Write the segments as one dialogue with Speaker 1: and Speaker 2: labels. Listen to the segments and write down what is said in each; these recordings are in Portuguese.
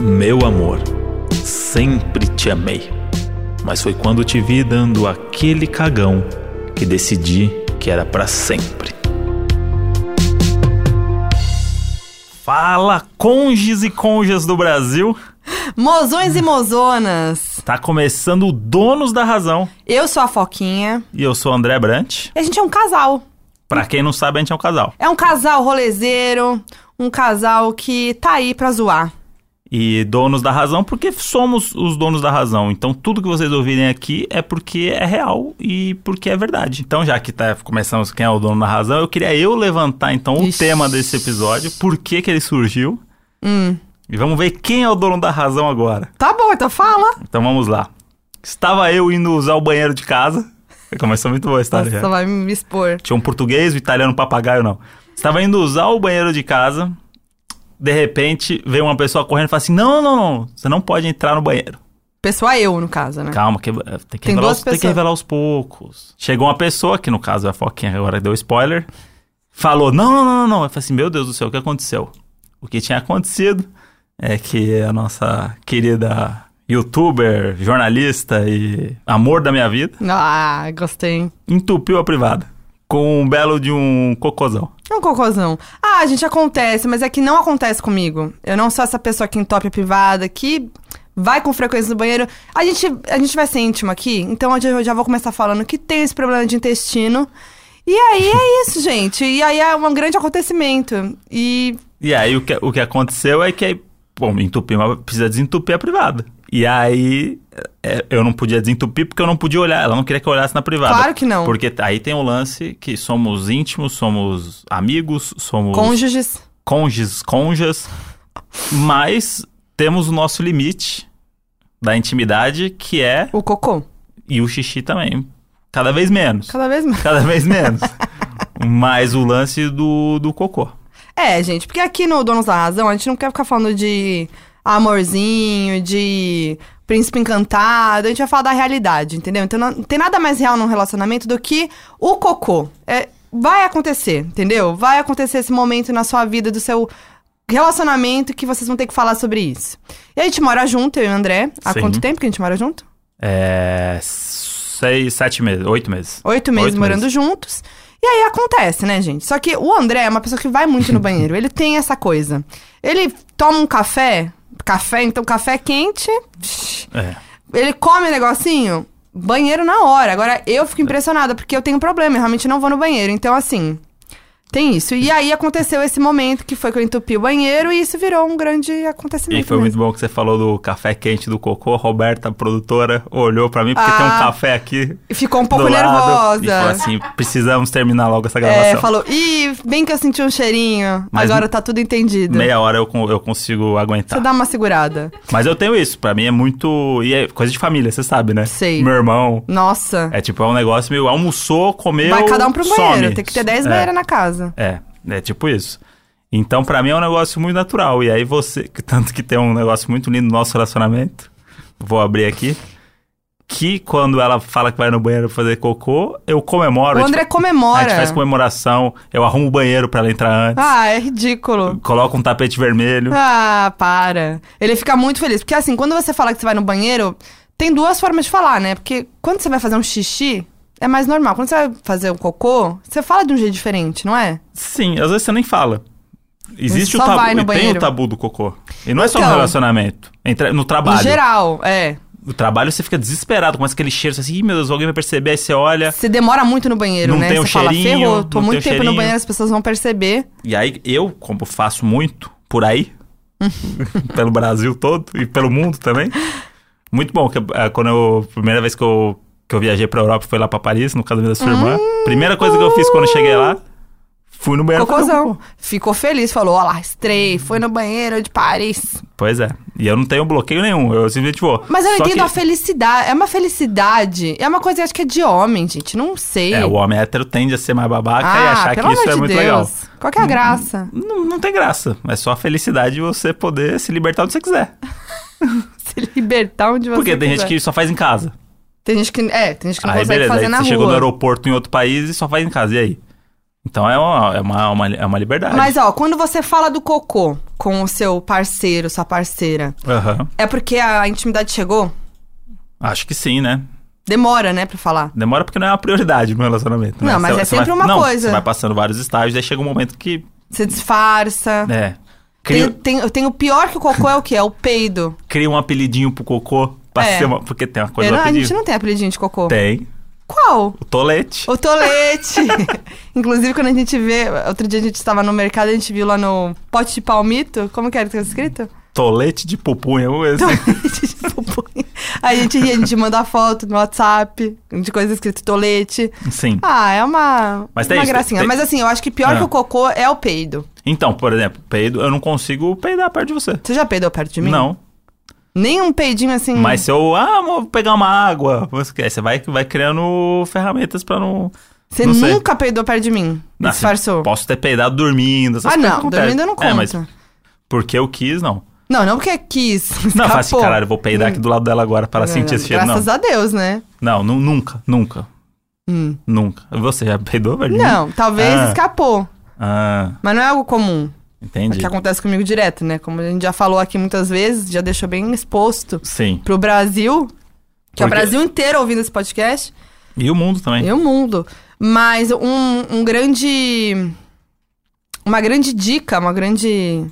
Speaker 1: Meu amor, sempre te amei. Mas foi quando te vi dando aquele cagão que decidi que era pra sempre. Fala, conges e conjas do Brasil!
Speaker 2: Mozões e mozonas.
Speaker 1: Tá começando o Donos da Razão
Speaker 2: Eu sou a Foquinha.
Speaker 1: e eu sou o André Brant.
Speaker 2: E a gente é um casal.
Speaker 1: Pra quem não sabe, a gente é um casal.
Speaker 2: É um casal rolezeiro, um casal que tá aí pra zoar.
Speaker 1: E Donos da Razão, porque somos os donos da razão. Então tudo que vocês ouvirem aqui é porque é real e porque é verdade. Então, já que tá começamos quem é o dono da razão, eu queria eu levantar então o
Speaker 2: Ixi.
Speaker 1: tema desse episódio, por que que ele surgiu.
Speaker 2: Hum.
Speaker 1: E vamos ver quem é o dono da razão agora.
Speaker 2: Tá bom, então fala.
Speaker 1: Então vamos lá. Estava eu indo usar o banheiro de casa. Começou muito boa a história. já.
Speaker 2: Nossa, vai me expor.
Speaker 1: Tinha um português, um italiano, um papagaio, não. Estava indo usar o banheiro de casa. De repente, veio uma pessoa correndo e falou assim: Não, não, não, você não pode entrar no banheiro.
Speaker 2: Pessoa eu, no caso, né?
Speaker 1: Calma, que, eh, tem, que
Speaker 2: Tem
Speaker 1: revelar
Speaker 2: duas
Speaker 1: os, tem que
Speaker 2: pessoas.
Speaker 1: revelar aos poucos. Chegou uma pessoa, que no caso é a Foquinha, agora deu spoiler, falou: Não, não, não, não, não. Eu falei assim: Meu Deus do céu, o que aconteceu? O que tinha acontecido é que a nossa querida youtuber, jornalista e amor da minha vida
Speaker 2: Ah, gostei.
Speaker 1: entupiu a privada com um belo de um cocôzão.
Speaker 2: É um cocôzão. Ah, gente, acontece, mas é que não acontece comigo. Eu não sou essa pessoa que entope a privada, que vai com frequência no banheiro. A gente, a gente vai ser íntimo aqui, então eu já- eu já vou começar falando que tem esse problema de intestino. E aí é isso, gente. E aí é um grande acontecimento. E
Speaker 1: E aí o que, o que aconteceu é que, bom, entupir, mas precisa desentupir a privada. E aí é, eu não podia desentupir porque eu não podia olhar. Ela não queria que eu olhasse na privada.
Speaker 2: Claro que não.
Speaker 1: Porque aí tem o lance que somos íntimos, somos amigos, somos
Speaker 2: cônjuges.
Speaker 1: cônjuges, conjas, mas temos o nosso limite da intimidade que é
Speaker 2: O cocô.
Speaker 1: e o xixi também. Cada vez menos.
Speaker 2: Cada vez mais.
Speaker 1: Cada vez menos. mas o lance do, do cocô.
Speaker 2: É, gente, porque aqui no Donos da Razão a gente não quer ficar falando de amorzinho, de príncipe encantado, a gente vai falar da realidade, entendeu? Então não não tem nada mais real num relacionamento do que o cocô. É, vai acontecer, entendeu? Vai acontecer esse momento na sua vida, do seu relacionamento, que vocês vão ter que falar sobre isso. E a gente mora junto, eu e o André. Há
Speaker 1: Sim.
Speaker 2: quanto tempo que a gente mora junto?
Speaker 1: É. Seis, sete meses, oito meses.
Speaker 2: Oito meses
Speaker 1: Oito
Speaker 2: morando
Speaker 1: meses.
Speaker 2: juntos. E aí acontece, né, gente? Só que o André é uma pessoa que vai muito no banheiro. Ele tem essa coisa. Ele toma um café, café, então café quente.
Speaker 1: É.
Speaker 2: Ele come um negocinho, banheiro na hora. Agora eu fico impressionada porque eu tenho um problema, eu realmente não vou no banheiro. Então assim, tem isso. E aí aconteceu esse momento que foi que eu entupi o banheiro e isso virou um grande acontecimento. né?
Speaker 1: E foi
Speaker 2: mesmo.
Speaker 1: muito bom que você falou do café quente do cocô. Roberta, a produtora, olhou pra mim porque
Speaker 2: Ah,
Speaker 1: tem um café aqui.
Speaker 2: E Ficou um pouco
Speaker 1: do lado, e falou
Speaker 2: nervosa.
Speaker 1: assim: precisamos terminar logo essa gravação.
Speaker 2: É, falou, ih, bem que eu senti um cheirinho,
Speaker 1: Mas
Speaker 2: agora tá tudo entendido.
Speaker 1: Meia hora eu, con- eu consigo
Speaker 2: Você
Speaker 1: aguentar.
Speaker 2: dá uma segurada.
Speaker 1: Mas eu tenho isso, pra mim é muito. E é coisa de família, você sabe, né?
Speaker 2: Sei.
Speaker 1: Meu irmão.
Speaker 2: Nossa.
Speaker 1: É tipo, é um negócio meio. Almoçou, comeu.
Speaker 2: Vai cada um pro
Speaker 1: É, some.
Speaker 2: banheiro. Tem que ter 10
Speaker 1: é.
Speaker 2: banheiras na casa.
Speaker 1: É, é tipo isso. Então, pra mim é um negócio muito natural. E aí você, que tanto que tem um negócio muito lindo no nosso relacionamento, vou abrir aqui, que quando ela fala que vai no banheiro fazer cocô, eu comemoro. a
Speaker 2: O
Speaker 1: gente
Speaker 2: André
Speaker 1: fa- A
Speaker 2: comemora.
Speaker 1: gente faz comemoração, eu arrumo o banheiro pra ela entrar antes,
Speaker 2: Ah, é ridículo.
Speaker 1: coloco um tapete vermelho.
Speaker 2: Ah, para. Ele fica muito feliz. Porque assim, quando você fala que você vai no banheiro, tem duas formas de falar, né? Porque quando você vai fazer um xixi, é mais normal. Quando você vai fazer um cocô, você fala de um jeito diferente, não é?
Speaker 1: Sim, às vezes você nem fala. Existe o
Speaker 2: só
Speaker 1: tabu,
Speaker 2: vai no
Speaker 1: e tem
Speaker 2: banheiro.
Speaker 1: o tabu do cocô. E não é só no
Speaker 2: Então.
Speaker 1: relacionamento, entre, no trabalho.
Speaker 2: No geral, é.
Speaker 1: No trabalho você fica desesperado, começa aquele cheiro, você assim, Ih, meu Deus, alguém vai perceber, aí você olha...
Speaker 2: Você demora muito no banheiro,
Speaker 1: Não
Speaker 2: né?
Speaker 1: tem o
Speaker 2: você fala,
Speaker 1: cheirinho,
Speaker 2: ferrou, tô
Speaker 1: não
Speaker 2: muito
Speaker 1: tem o
Speaker 2: tempo no
Speaker 1: cheirinho.
Speaker 2: banheiro, as pessoas vão perceber.
Speaker 1: E aí, eu, como faço muito por aí,
Speaker 2: Uhum.
Speaker 1: pelo Brasil todo e pelo mundo também, muito bom. Que, ah, quando eu, primeira vez que eu, que eu viajei pra Europa foi lá pra Paris, no casamento da sua irmã.
Speaker 2: Ah!
Speaker 1: Primeira coisa que eu fiz quando eu cheguei lá, fui no banheiro. fazer um
Speaker 2: Cocôzão.
Speaker 1: cocô.
Speaker 2: Ficou feliz, falou, ó lá, estrei, foi no banheiro de Paris.
Speaker 1: Pois é. E eu não tenho bloqueio nenhum, eu simplesmente vou.
Speaker 2: Mas eu não
Speaker 1: Só
Speaker 2: entendo
Speaker 1: que-
Speaker 2: a felicidade. É uma felicidade. É uma coisa que acho que é de homem, gente. Não sei.
Speaker 1: É, o homem hétero tende a ser mais babaca e
Speaker 2: ah,
Speaker 1: achar
Speaker 2: pelo
Speaker 1: que isso
Speaker 2: amor
Speaker 1: é
Speaker 2: de
Speaker 1: muito
Speaker 2: Deus.
Speaker 1: legal. Uhum.
Speaker 2: Qual que é a graça?
Speaker 1: Não, não tem graça. É só a felicidade de você poder se libertar onde você quiser.
Speaker 2: Se libertar onde você
Speaker 1: Porque tem gente
Speaker 2: quiser.
Speaker 1: que só faz em casa.
Speaker 2: Tem gente que... É, tem gente que não
Speaker 1: aí
Speaker 2: consegue
Speaker 1: beleza,
Speaker 2: fazer
Speaker 1: aí
Speaker 2: na
Speaker 1: você
Speaker 2: rua.
Speaker 1: chegou no aeroporto em outro país e só faz em casa, e aí? Então é uma, é uma, é uma, é uma liberdade.
Speaker 2: Mas, ó, quando você fala do cocô, com o seu parceiro, sua parceira,
Speaker 1: Aham.
Speaker 2: é porque a intimidade chegou?
Speaker 1: Acho que sim, né?
Speaker 2: Demora, né, pra falar.
Speaker 1: Demora porque não é uma prioridade no relacionamento. né?
Speaker 2: Não, mas é sempre
Speaker 1: vai-
Speaker 2: uma
Speaker 1: não,
Speaker 2: coisa.
Speaker 1: Você vai passando vários estágios, daí chega um momento que.
Speaker 2: Você disfarça.
Speaker 1: É. Cria,
Speaker 2: Tem, tem, tem o pior que o cocô é o quê? É o peido.
Speaker 1: cria um apelidinho pro cocô. Pra
Speaker 2: É.
Speaker 1: ser uma, porque tem uma coisa
Speaker 2: Eu
Speaker 1: do
Speaker 2: não- a
Speaker 1: apelido.
Speaker 2: gente não tem apelidinho de cocô.
Speaker 1: Tem.
Speaker 2: Qual?
Speaker 1: O tolete.
Speaker 2: O tolete. Inclusive, quando a gente vê. Outro dia a gente estava no mercado a gente viu lá no pote de palmito. Como que era que estava escrito?
Speaker 1: Tolete de pupunha. ou esse.
Speaker 2: Tolete de pupunha. Aí a gente ria, a gente manda foto no WhatsApp de coisa escrito tolete.
Speaker 1: Sim.
Speaker 2: Ah, é uma,
Speaker 1: Mas tem
Speaker 2: uma
Speaker 1: isso,
Speaker 2: gracinha.
Speaker 1: tem-
Speaker 2: Mas assim, eu acho que pior
Speaker 1: Ah.
Speaker 2: que o cocô é o peido.
Speaker 1: Então, por exemplo, peido, eu não consigo peidar perto de você.
Speaker 2: Você já peidou perto de mim?
Speaker 1: Não.
Speaker 2: Nem um peidinho assim.
Speaker 1: Mas se eu, ah, vou pegar uma água, você quer, você vai, vai criando ferramentas pra não.
Speaker 2: Você
Speaker 1: não sei.
Speaker 2: nunca peidou perto de mim.
Speaker 1: Não, assim,
Speaker 2: Disfarçou.
Speaker 1: Posso ter peidado dormindo. essas
Speaker 2: Ah,
Speaker 1: coisas
Speaker 2: não.
Speaker 1: acontecem.
Speaker 2: Dormindo eu não conto.
Speaker 1: É, mas porque eu quis, não.
Speaker 2: Não, não porque quis.
Speaker 1: Não, eu
Speaker 2: escapou.
Speaker 1: faço assim, caralho, eu vou peidar aqui do lado dela agora pra ela sentir esse cheiro. Não,
Speaker 2: Hum, Graças a Deus, né?
Speaker 1: não, nu- nunca, nunca,
Speaker 2: Hum.
Speaker 1: nunca. Você já peidou, velho?
Speaker 2: Não, talvez
Speaker 1: Uhum. Ah.
Speaker 2: escapou.
Speaker 1: Ah,
Speaker 2: Mas não é algo comum.
Speaker 1: entendi.
Speaker 2: Que acontece comigo direto, né? Como a gente já falou aqui muitas vezes, já deixou bem exposto
Speaker 1: Sim.
Speaker 2: pro Brasil, que é
Speaker 1: Porque-
Speaker 2: o Brasil inteiro ouvindo esse podcast,
Speaker 1: E o mundo também.
Speaker 2: e o mundo. Mas um, um grande. Uma grande dica, uma grande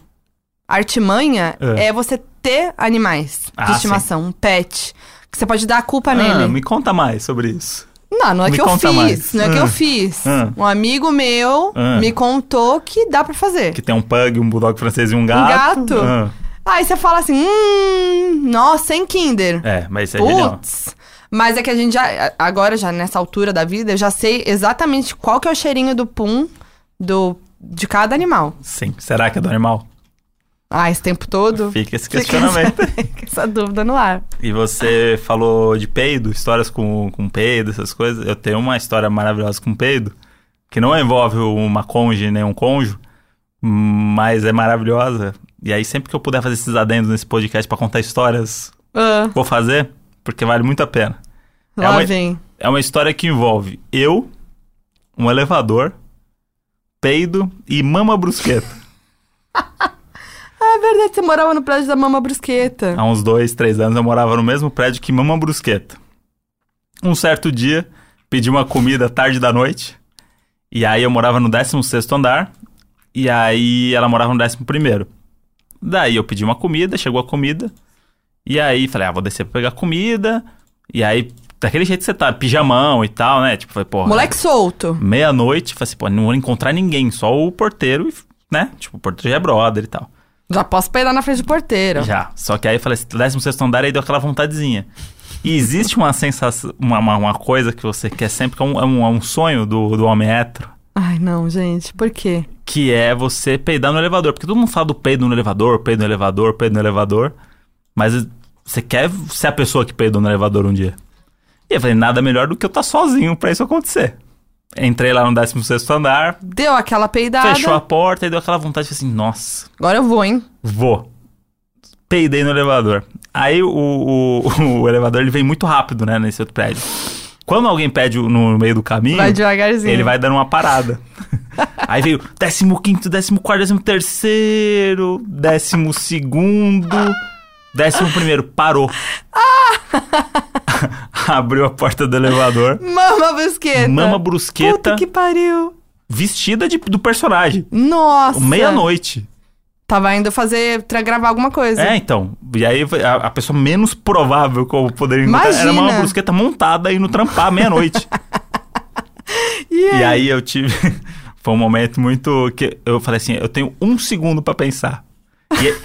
Speaker 2: artimanha
Speaker 1: É.
Speaker 2: é, você ter animais
Speaker 1: Ah,
Speaker 2: de estimação, um pet. Que você pode dar a culpa
Speaker 1: Ah,
Speaker 2: nele.
Speaker 1: me conta mais sobre isso.
Speaker 2: Não, não é
Speaker 1: Me
Speaker 2: que eu
Speaker 1: conta
Speaker 2: fiz.
Speaker 1: mais.
Speaker 2: Não é que
Speaker 1: Ah.
Speaker 2: eu fiz.
Speaker 1: Ah.
Speaker 2: Um amigo meu
Speaker 1: Ah.
Speaker 2: me contou que dá pra fazer.
Speaker 1: Que tem um pug, um bulldog francês e um gato.
Speaker 2: gato?
Speaker 1: Ah,
Speaker 2: Aí você fala assim, hum, nossa, hein, Kinder?
Speaker 1: é, mas isso é genial.
Speaker 2: Putz. Mas é que a gente já, a- agora já nessa altura da vida, eu já sei exatamente qual que é o cheirinho do pum do, de cada animal.
Speaker 1: Sim. Será que é do animal?
Speaker 2: Ah, esse tempo todo.
Speaker 1: Fica esse
Speaker 2: Fica
Speaker 1: questionamento.
Speaker 2: essa- essa dúvida no ar.
Speaker 1: E você falou de peido, histórias com, com peido, essas coisas. Eu tenho uma história maravilhosa com peido, que não envolve uma conge nem um cônjuge, mas é maravilhosa. E aí, sempre que eu puder fazer esses adendos nesse podcast pra contar histórias,
Speaker 2: Ah,
Speaker 1: vou fazer, porque vale muito a pena. É
Speaker 2: lá
Speaker 1: uma-
Speaker 2: vem.
Speaker 1: É uma história que envolve eu, um elevador, peido e mama brusqueta.
Speaker 2: É verdade, você morava no prédio da Mama Brusqueta.
Speaker 1: Há uns dois, três anos eu morava no mesmo prédio que Mama Brusqueta. Um certo dia, pedi uma comida tarde da noite. E aí eu morava no 16 andar. E aí ela morava no 11. Daí eu pedi uma comida, chegou a comida. E aí falei, ah, vou descer pra pegar comida. E aí, daquele jeito que você tá, pijamão e tal, né? Tipo, falei, porra.
Speaker 2: Moleque solto.
Speaker 1: Meia-noite, falei assim, pô, não vou encontrar ninguém, só o porteiro, e, né? Tipo, o porteiro já é brother e tal.
Speaker 2: Já posso peidar na frente do porteiro.
Speaker 1: Já. Só que aí eu falei assim, 16 andar, aí deu aquela vontadezinha. E existe uma sensação, uma, uma, uma coisa que você quer sempre, que é um, é um, é um sonho do, do homem hétero,
Speaker 2: Ai, não, gente, por quê?
Speaker 1: que é você peidar no elevador. Porque todo mundo fala do peido no elevador, peido no elevador, peido no elevador. Mas você quer ser a pessoa que peidou no elevador um dia. E eu falei, nada melhor do que eu estar sozinho pra isso acontecer. Entrei lá no 16 andar,
Speaker 2: Deu aquela peidada.
Speaker 1: fechou a porta e deu aquela vontade, falei assim, nossa,
Speaker 2: Agora eu vou, hein?
Speaker 1: Vou. Peidei no elevador. Aí o, o, o elevador ele vem muito rápido, né, nesse outro prédio. Quando alguém pede o- no meio do caminho,
Speaker 2: Vai assim. devagarzinho.
Speaker 1: ele vai dando uma parada. Aí veio 15, 14, 13, 12, 11. Parou.
Speaker 2: Ah!
Speaker 1: Abriu a porta do elevador.
Speaker 2: Mama Brusqueta.
Speaker 1: Mama brusqueta
Speaker 2: Puta que pariu.
Speaker 1: vestida de, do personagem.
Speaker 2: Nossa.
Speaker 1: Meia-noite.
Speaker 2: Tava indo fazer, pra gravar alguma coisa.
Speaker 1: É, então. E aí a, a pessoa menos provável que eu poderia encontrar era
Speaker 2: Imagina.
Speaker 1: uma brusqueta montada indo trampar meia-noite.
Speaker 2: É.
Speaker 1: e aí eu tive. Foi um momento muito. que Eu falei assim: eu tenho um segundo pra pensar. E é,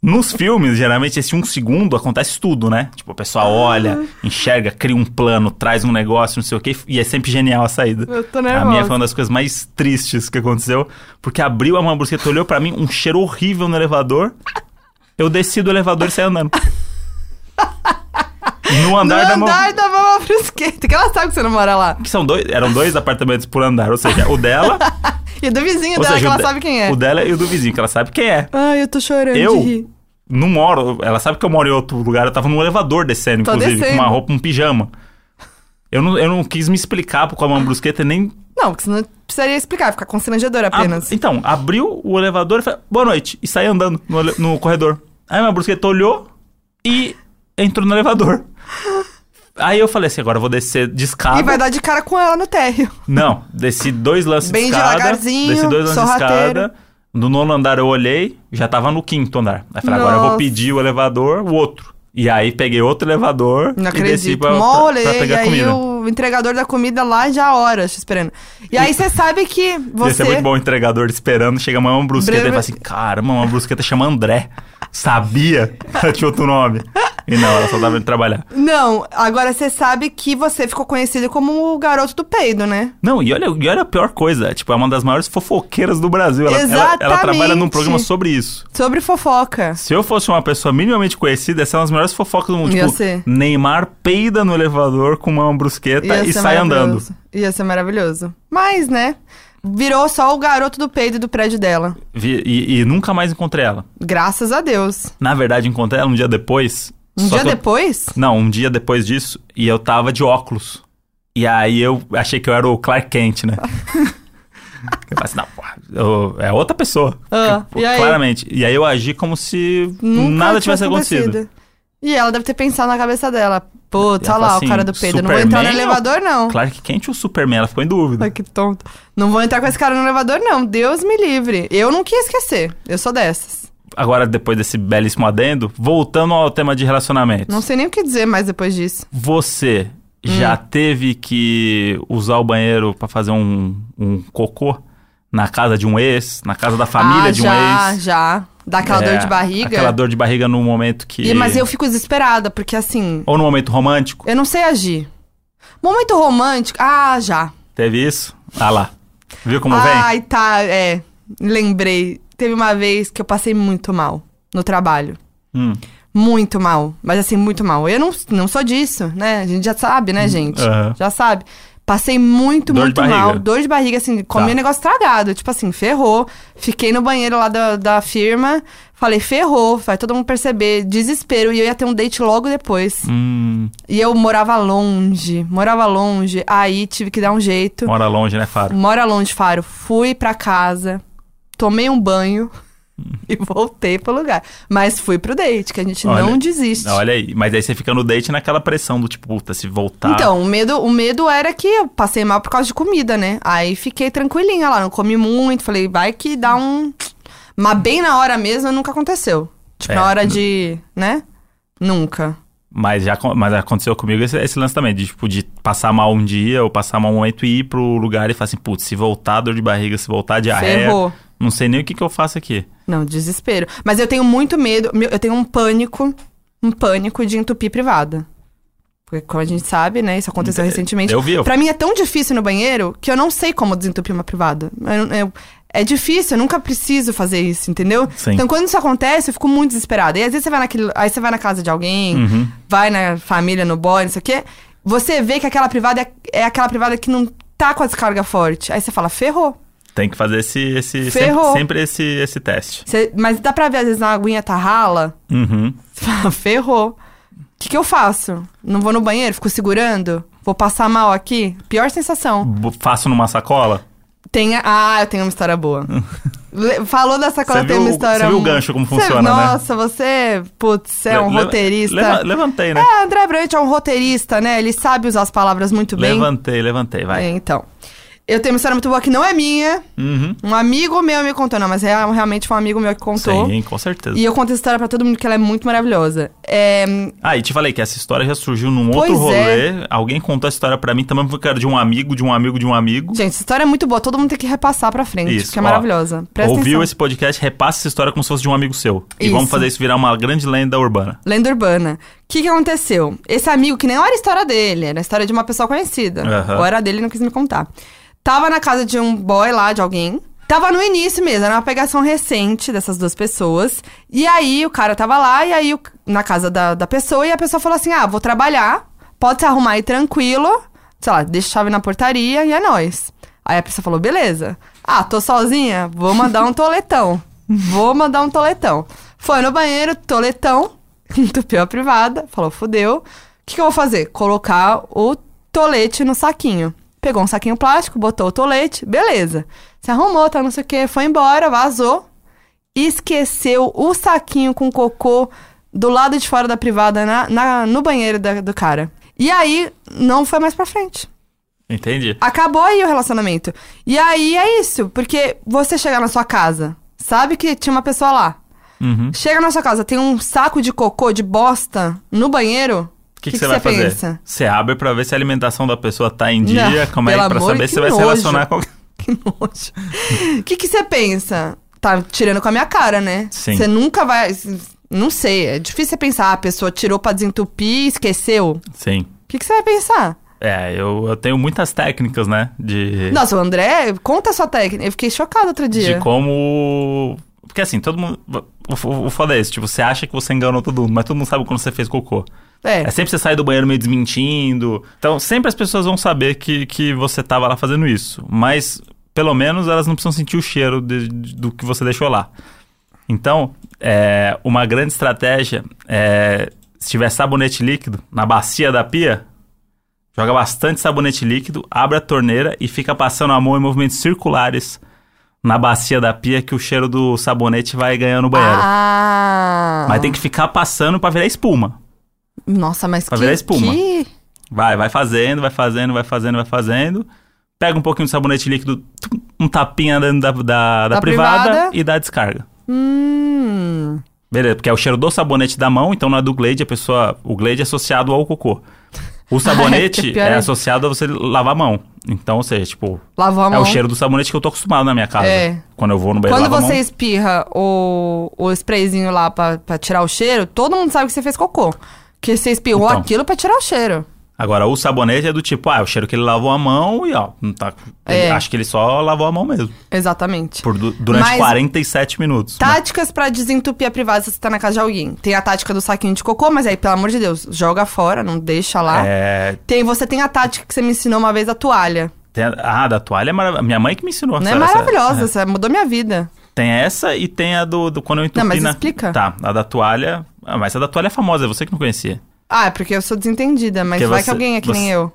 Speaker 1: nos filmes, geralmente, esse um segundo acontece tudo, né? Tipo, a
Speaker 2: Ah.
Speaker 1: pessoa olha, enxerga, cria um plano, traz um negócio, não sei o quê, e é sempre genial a saída.
Speaker 2: Eu tô
Speaker 1: A
Speaker 2: nervosa.
Speaker 1: minha foi uma das coisas mais tristes que aconteceu, porque abriu a mão brusqueta, olhou pra mim, um cheiro horrível no elevador. Eu desci do elevador e saí andando. No
Speaker 2: No
Speaker 1: andar da mão.
Speaker 2: andar da Mama Brusqueta. Que ela sabe que você não mora lá.
Speaker 1: Que são dois, eram dois apartamentos por andar, ou seja, o dela,
Speaker 2: E do vizinho
Speaker 1: ou
Speaker 2: dela, que
Speaker 1: seja, o
Speaker 2: ela
Speaker 1: de-
Speaker 2: sabe quem é.
Speaker 1: o dela e o do vizinho, que ela sabe quem é.
Speaker 2: Ai, eu tô chorando
Speaker 1: Eu?
Speaker 2: de rir.
Speaker 1: Não moro, ela sabe que eu moro em outro lugar, eu tava num elevador descendo,
Speaker 2: Tô
Speaker 1: inclusive, com uma
Speaker 2: descendo.
Speaker 1: roupa, um pijama. Eu não, eu não quis me explicar com a mão brusqueta nem
Speaker 2: Não, porque senão precisaria explicar, ficar constrangedor apenas.
Speaker 1: Ab- então, abriu o elevador e falou, boa noite, e saiu andando no, ele- no corredor. Aí uma brusqueta olhou e entrou no elevador. Aí eu falei assim, agora eu vou descer de escada.
Speaker 2: E vai dar de cara com ela no térreo.
Speaker 1: Não, desci dois lances
Speaker 2: Bem
Speaker 1: de escada.
Speaker 2: devagarzinho,
Speaker 1: Desci dois lances de
Speaker 2: sorrateiro.
Speaker 1: escada. No nono andar eu olhei, já tava no quinto andar. Aí falei, agora eu vou
Speaker 2: Nossa.
Speaker 1: pedir o elevador, o outro. E aí peguei outro elevador
Speaker 2: Não
Speaker 1: e desci
Speaker 2: acredito.
Speaker 1: pra, pra-
Speaker 2: Mó
Speaker 1: pra
Speaker 2: rolê, e
Speaker 1: pegar
Speaker 2: aí
Speaker 1: comida.
Speaker 2: o entregador da comida lá já há horas te esperando. E aí você sabe que
Speaker 1: Ia ser
Speaker 2: você.
Speaker 1: é muito bom o entregador esperando, chega uma mão brusqueta e
Speaker 2: Breve-
Speaker 1: fala assim, caramba, uma brusqueta chama André. Sabia? Ela tinha outro nome. E não, ela só tava indo trabalhar.
Speaker 2: Não, agora você sabe que você ficou conhecido como o garoto do peido, né?
Speaker 1: Não, e olha, e olha a pior coisa, tipo, é uma das maiores fofoqueiras do Brasil. Ela, ela, ela trabalha num
Speaker 2: Exatamente.
Speaker 1: programa sobre isso.
Speaker 2: Sobre fofoca.
Speaker 1: Se eu fosse uma pessoa minimamente conhecida, essa é uma das melhores fofocas do mundo.
Speaker 2: Ia
Speaker 1: Tipo,
Speaker 2: ser.
Speaker 1: Neymar peida no elevador com uma brusqueta
Speaker 2: Ia
Speaker 1: Tá, e
Speaker 2: ser
Speaker 1: sai andando.
Speaker 2: maravilhoso. Ia ser maravilhoso. Mas, né? Virou só o garoto do peido do prédio dela.
Speaker 1: Vi- E, e nunca mais encontrei ela.
Speaker 2: Graças a Deus.
Speaker 1: Na verdade, encontrei ela um dia depois.
Speaker 2: Um
Speaker 1: só
Speaker 2: dia
Speaker 1: que eu-
Speaker 2: depois?
Speaker 1: Não, um dia depois disso, e eu tava de óculos. E aí eu achei que eu era o Clark Kent, né? eu falei assim, não, porra, eu- é outra pessoa.
Speaker 2: Ah,
Speaker 1: Tipo,
Speaker 2: e aí?
Speaker 1: claramente. E aí eu agi como se
Speaker 2: Nunca
Speaker 1: nada tivesse acontecido.
Speaker 2: E ela deve ter pensado na cabeça dela. Putz,
Speaker 1: Ela
Speaker 2: olha lá
Speaker 1: fala
Speaker 2: o cara do
Speaker 1: assim,
Speaker 2: peido. Não vou entrar no
Speaker 1: Superman
Speaker 2: elevador, não.
Speaker 1: Clark Kent ou Superman? Ela ficou em dúvida.
Speaker 2: Ai, que tonto. Não vou entrar com esse cara no elevador, não. Deus me livre. Eu não quis esquecer. Eu sou dessas.
Speaker 1: Agora, depois desse belíssimo adendo, voltando ao tema de relacionamentos.
Speaker 2: Não sei Hum. nem o que dizer mais depois disso.
Speaker 1: Você já teve que usar o banheiro pra fazer um, um cocô na casa de um ex, na casa da família
Speaker 2: ah,
Speaker 1: de um
Speaker 2: já,
Speaker 1: ex?
Speaker 2: já. Dá aquela
Speaker 1: É,
Speaker 2: dor de barriga.
Speaker 1: Aquela dor de barriga no momento que.
Speaker 2: E- mas eu fico desesperada, porque assim,
Speaker 1: Ou no momento romântico.
Speaker 2: eu não sei agir. Momento romântico. Ah, já.
Speaker 1: Teve isso? Ah lá. Viu como vem?
Speaker 2: Ai, tá. É. Lembrei. Teve uma vez que eu passei muito mal no trabalho.
Speaker 1: Hum.
Speaker 2: Muito mal. Mas assim, muito mal. Eu não, não sou disso, né? A gente já sabe, né, gente?
Speaker 1: Uhum. aham.
Speaker 2: Já sabe. Passei muito,
Speaker 1: Dor de
Speaker 2: muito
Speaker 1: barriga.
Speaker 2: mal. Dor de barriga, assim, comi
Speaker 1: Tá.
Speaker 2: um negócio tragado. Tipo assim, ferrou. Fiquei no banheiro lá da, da firma. Falei, ferrou. Vai todo mundo perceber. Desespero. E eu ia ter um date logo depois.
Speaker 1: Hum,
Speaker 2: E eu morava longe. Morava longe. Aí tive que dar um jeito.
Speaker 1: mora longe, né, Faro?
Speaker 2: Mora longe, Faro. Fui pra casa, tomei um banho e voltei pro lugar. Mas fui pro date, que a gente
Speaker 1: Olha-
Speaker 2: não desiste.
Speaker 1: Olha aí. Mas aí você fica no date naquela pressão do tipo, puta, se voltar.
Speaker 2: Então, o medo, o medo era que eu passei mal por causa de comida, né? Aí fiquei tranquilinha lá, não comi muito, falei, vai que dá um. Mas bem na hora mesmo nunca aconteceu. Tipo,
Speaker 1: É,
Speaker 2: na hora
Speaker 1: n-
Speaker 2: de. né? Nunca.
Speaker 1: Mas já acon- mas aconteceu comigo esse, esse lance também, de, tipo, de passar mal um dia ou passar mal um momento e ir pro lugar e falar assim, putz, se voltar dor de barriga, se voltar diarreia,
Speaker 2: Ferrou.
Speaker 1: não sei nem o que, que eu faço aqui.
Speaker 2: Não, desespero. Mas eu tenho muito medo, meu- eu tenho um pânico, um pânico de entupir privada. Porque como a gente sabe, né, isso aconteceu recentemente.
Speaker 1: Eu vi, eu-
Speaker 2: Pra mim é tão difícil ir no banheiro que eu não sei como desentupir uma privada. Eu não- eu- é difícil, eu nunca preciso fazer isso, entendeu?
Speaker 1: Sim.
Speaker 2: Então quando isso acontece, eu fico muito desesperada. E às vezes você vai naquele, aí você vai na casa de alguém,
Speaker 1: Uhum.
Speaker 2: vai na família, no boy, não sei o quê. Você vê que aquela privada é, é aquela privada que não tá com a descarga forte. Aí você fala, ferrou.
Speaker 1: Tem que fazer esse, esse sempre,
Speaker 2: Ferrou.
Speaker 1: sempre esse, esse teste.
Speaker 2: Você- mas dá pra ver, às vezes, na aguinha tá rala.
Speaker 1: Uhum.
Speaker 2: Você fala, ferrou. O que, que eu faço? Não vou no banheiro? Fico segurando? Vou passar mal aqui? Pior sensação.
Speaker 1: Bo- Faço numa sacola.
Speaker 2: Tem a- Ah, eu tenho uma história boa. Le- Falou da sacola,
Speaker 1: Você
Speaker 2: tem
Speaker 1: viu
Speaker 2: uma
Speaker 1: o-
Speaker 2: história...
Speaker 1: você viu o
Speaker 2: mu-
Speaker 1: gancho como
Speaker 2: Você-
Speaker 1: funciona, né?
Speaker 2: Nossa, você... Putz, você é um
Speaker 1: Le- le-
Speaker 2: roteirista.
Speaker 1: leva- levantei, né?
Speaker 2: É, André Brant é um roteirista, né? Ele sabe usar as palavras muito bem.
Speaker 1: Levantei, levantei, vai.
Speaker 2: É, então. Eu tenho uma história muito boa que não é minha.
Speaker 1: Uhum.
Speaker 2: Um amigo meu me contou. Não, mas real- realmente foi um amigo meu que contou.
Speaker 1: Sim, com certeza.
Speaker 2: E eu conto essa história pra todo mundo que ela é muito maravilhosa. É,
Speaker 1: Ah, e te falei que essa história já surgiu num
Speaker 2: Pois
Speaker 1: outro rolê.
Speaker 2: é.
Speaker 1: Alguém contou a história pra mim também, porque era de um amigo, de um amigo, de um amigo.
Speaker 2: Gente, essa história é muito boa, todo mundo tem que repassar pra frente,
Speaker 1: Isso,
Speaker 2: porque é
Speaker 1: ó.
Speaker 2: maravilhosa. Presta
Speaker 1: Ouviu
Speaker 2: atenção.
Speaker 1: esse podcast, repassa essa história como se fosse de um amigo seu. E
Speaker 2: Isso.
Speaker 1: vamos fazer isso virar uma grande lenda urbana.
Speaker 2: Lenda Urbana. O que, que aconteceu? Esse amigo, que nem era a história dele, era a história de uma pessoa conhecida.
Speaker 1: Aham.
Speaker 2: Ou era dele e não quis me contar. Tava na casa de um boy lá, de alguém. Tava no início mesmo, era uma pegação recente dessas duas pessoas. E aí o cara tava lá, e aí o- na casa da, da pessoa, e a pessoa falou assim: ah, vou trabalhar, pode se arrumar aí tranquilo, sei lá, deixa a chave na portaria e é nóis. Aí a pessoa falou: beleza. Ah, tô sozinha, vou mandar um toletão. Vou mandar um toletão. Foi no banheiro, toletão, entupiu a privada, falou, fudeu. O que, que eu vou fazer? Colocar o tolete no saquinho. pegou um saquinho plástico, botou o tolete, beleza. Se arrumou, tá não sei o que, foi embora, vazou. E esqueceu o saquinho com cocô do lado de fora da privada, na, na- no banheiro da- do cara. E aí, não foi mais pra frente.
Speaker 1: Entendi.
Speaker 2: Acabou aí o relacionamento. E aí é isso, porque você chegar na sua casa, sabe que tinha uma pessoa lá.
Speaker 1: Uhum.
Speaker 2: Chega na sua casa, tem um saco de cocô, de bosta, no banheiro.
Speaker 1: O que, que você vai fazer?
Speaker 2: pensa?
Speaker 1: Você abre pra ver se a alimentação da pessoa tá em dia,
Speaker 2: Não,
Speaker 1: como é
Speaker 2: pelo
Speaker 1: pra
Speaker 2: amor,
Speaker 1: saber se
Speaker 2: que
Speaker 1: vai se
Speaker 2: nojo.
Speaker 1: relacionar com alguém.
Speaker 2: Que nojo. O que, que você pensa? Tá tirando com a minha cara, né?
Speaker 1: Sim.
Speaker 2: Você nunca vai. Não sei, é difícil você pensar. Ah, a pessoa tirou pra desentupir, esqueceu. O
Speaker 1: Sim.
Speaker 2: que, que você vai pensar?
Speaker 1: É, eu, eu tenho muitas técnicas, né? De,
Speaker 2: Nossa, o André, conta a sua técnica. Eu fiquei chocada outro
Speaker 1: de
Speaker 2: dia.
Speaker 1: como. Porque assim, todo mundo. O, o, o foda é esse, tipo, você acha que você enganou todo mundo, mas todo mundo sabe quando você fez cocô.
Speaker 2: É.
Speaker 1: É sempre você sai do banheiro meio desmentindo. Então, sempre as pessoas vão saber que, que você tava lá fazendo isso. Mas, pelo menos, elas não precisam sentir o cheiro de- de- do que você deixou lá. Então, é, uma grande estratégia é... Se tiver sabonete líquido na bacia da pia, joga bastante sabonete líquido, abre a torneira e fica passando a mão em movimentos circulares na bacia da pia que o cheiro do sabonete vai ganhando o banheiro.
Speaker 2: Ah.
Speaker 1: Mas tem que ficar passando pra virar espuma.
Speaker 2: Nossa, mas
Speaker 1: Pra
Speaker 2: que,
Speaker 1: virar espuma.
Speaker 2: que-
Speaker 1: Vai, vai fazendo, vai fazendo, vai fazendo, vai fazendo. Pega um pouquinho de sabonete líquido, tum, um tapinha dentro da, da, da
Speaker 2: Da
Speaker 1: privada,
Speaker 2: privada.
Speaker 1: e dá a descarga.
Speaker 2: Hum.
Speaker 1: Beleza, porque é o cheiro do sabonete da mão, então não é do Glade, a pessoa. O Glade é associado ao cocô. O
Speaker 2: que
Speaker 1: sabonete
Speaker 2: pior
Speaker 1: é,
Speaker 2: ainda.
Speaker 1: associado a você lavar a mão. Então, ou seja, tipo,
Speaker 2: Lavou a
Speaker 1: é
Speaker 2: mão.
Speaker 1: o cheiro do sabonete que eu tô acostumado na minha casa.
Speaker 2: É.
Speaker 1: Quando eu vou no banheiro
Speaker 2: Quando
Speaker 1: lavo a
Speaker 2: você
Speaker 1: mão.
Speaker 2: espirra o, o sprayzinho lá pra, pra tirar o cheiro, todo mundo sabe que você fez cocô. Que você espirrou
Speaker 1: Então.
Speaker 2: aquilo pra tirar o cheiro.
Speaker 1: Agora, o sabonete é do tipo, ah, é o cheiro que ele lavou a mão e ó, não tá.
Speaker 2: É.
Speaker 1: Acho que ele só lavou a mão mesmo.
Speaker 2: Exatamente.
Speaker 1: Por, du- durante
Speaker 2: Mas- tá
Speaker 1: 47 minutos. Mas-
Speaker 2: Táticas pra desentupir a privada se você tá na casa de alguém. Tem a tática do saquinho de cocô, mas aí, pelo amor de Deus, joga fora, não deixa lá.
Speaker 1: É,
Speaker 2: Tem, você tem a tática que você me ensinou uma vez, a toalha.
Speaker 1: Tem a- ah, da toalha é maravilhosa. Minha mãe que me ensinou.
Speaker 2: Não é
Speaker 1: sabe, essa- É.
Speaker 2: maravilhosa, essa mudou minha vida.
Speaker 1: Tem essa e tem a do, do quando eu entupi
Speaker 2: Não, mas
Speaker 1: na-
Speaker 2: explica.
Speaker 1: Tá, a da toalha... Ah, mas a da toalha é famosa, é você que não conhecia.
Speaker 2: Ah, é porque eu sou desentendida, mas
Speaker 1: Porque
Speaker 2: vai
Speaker 1: você-
Speaker 2: que alguém é que nem
Speaker 1: você-
Speaker 2: eu.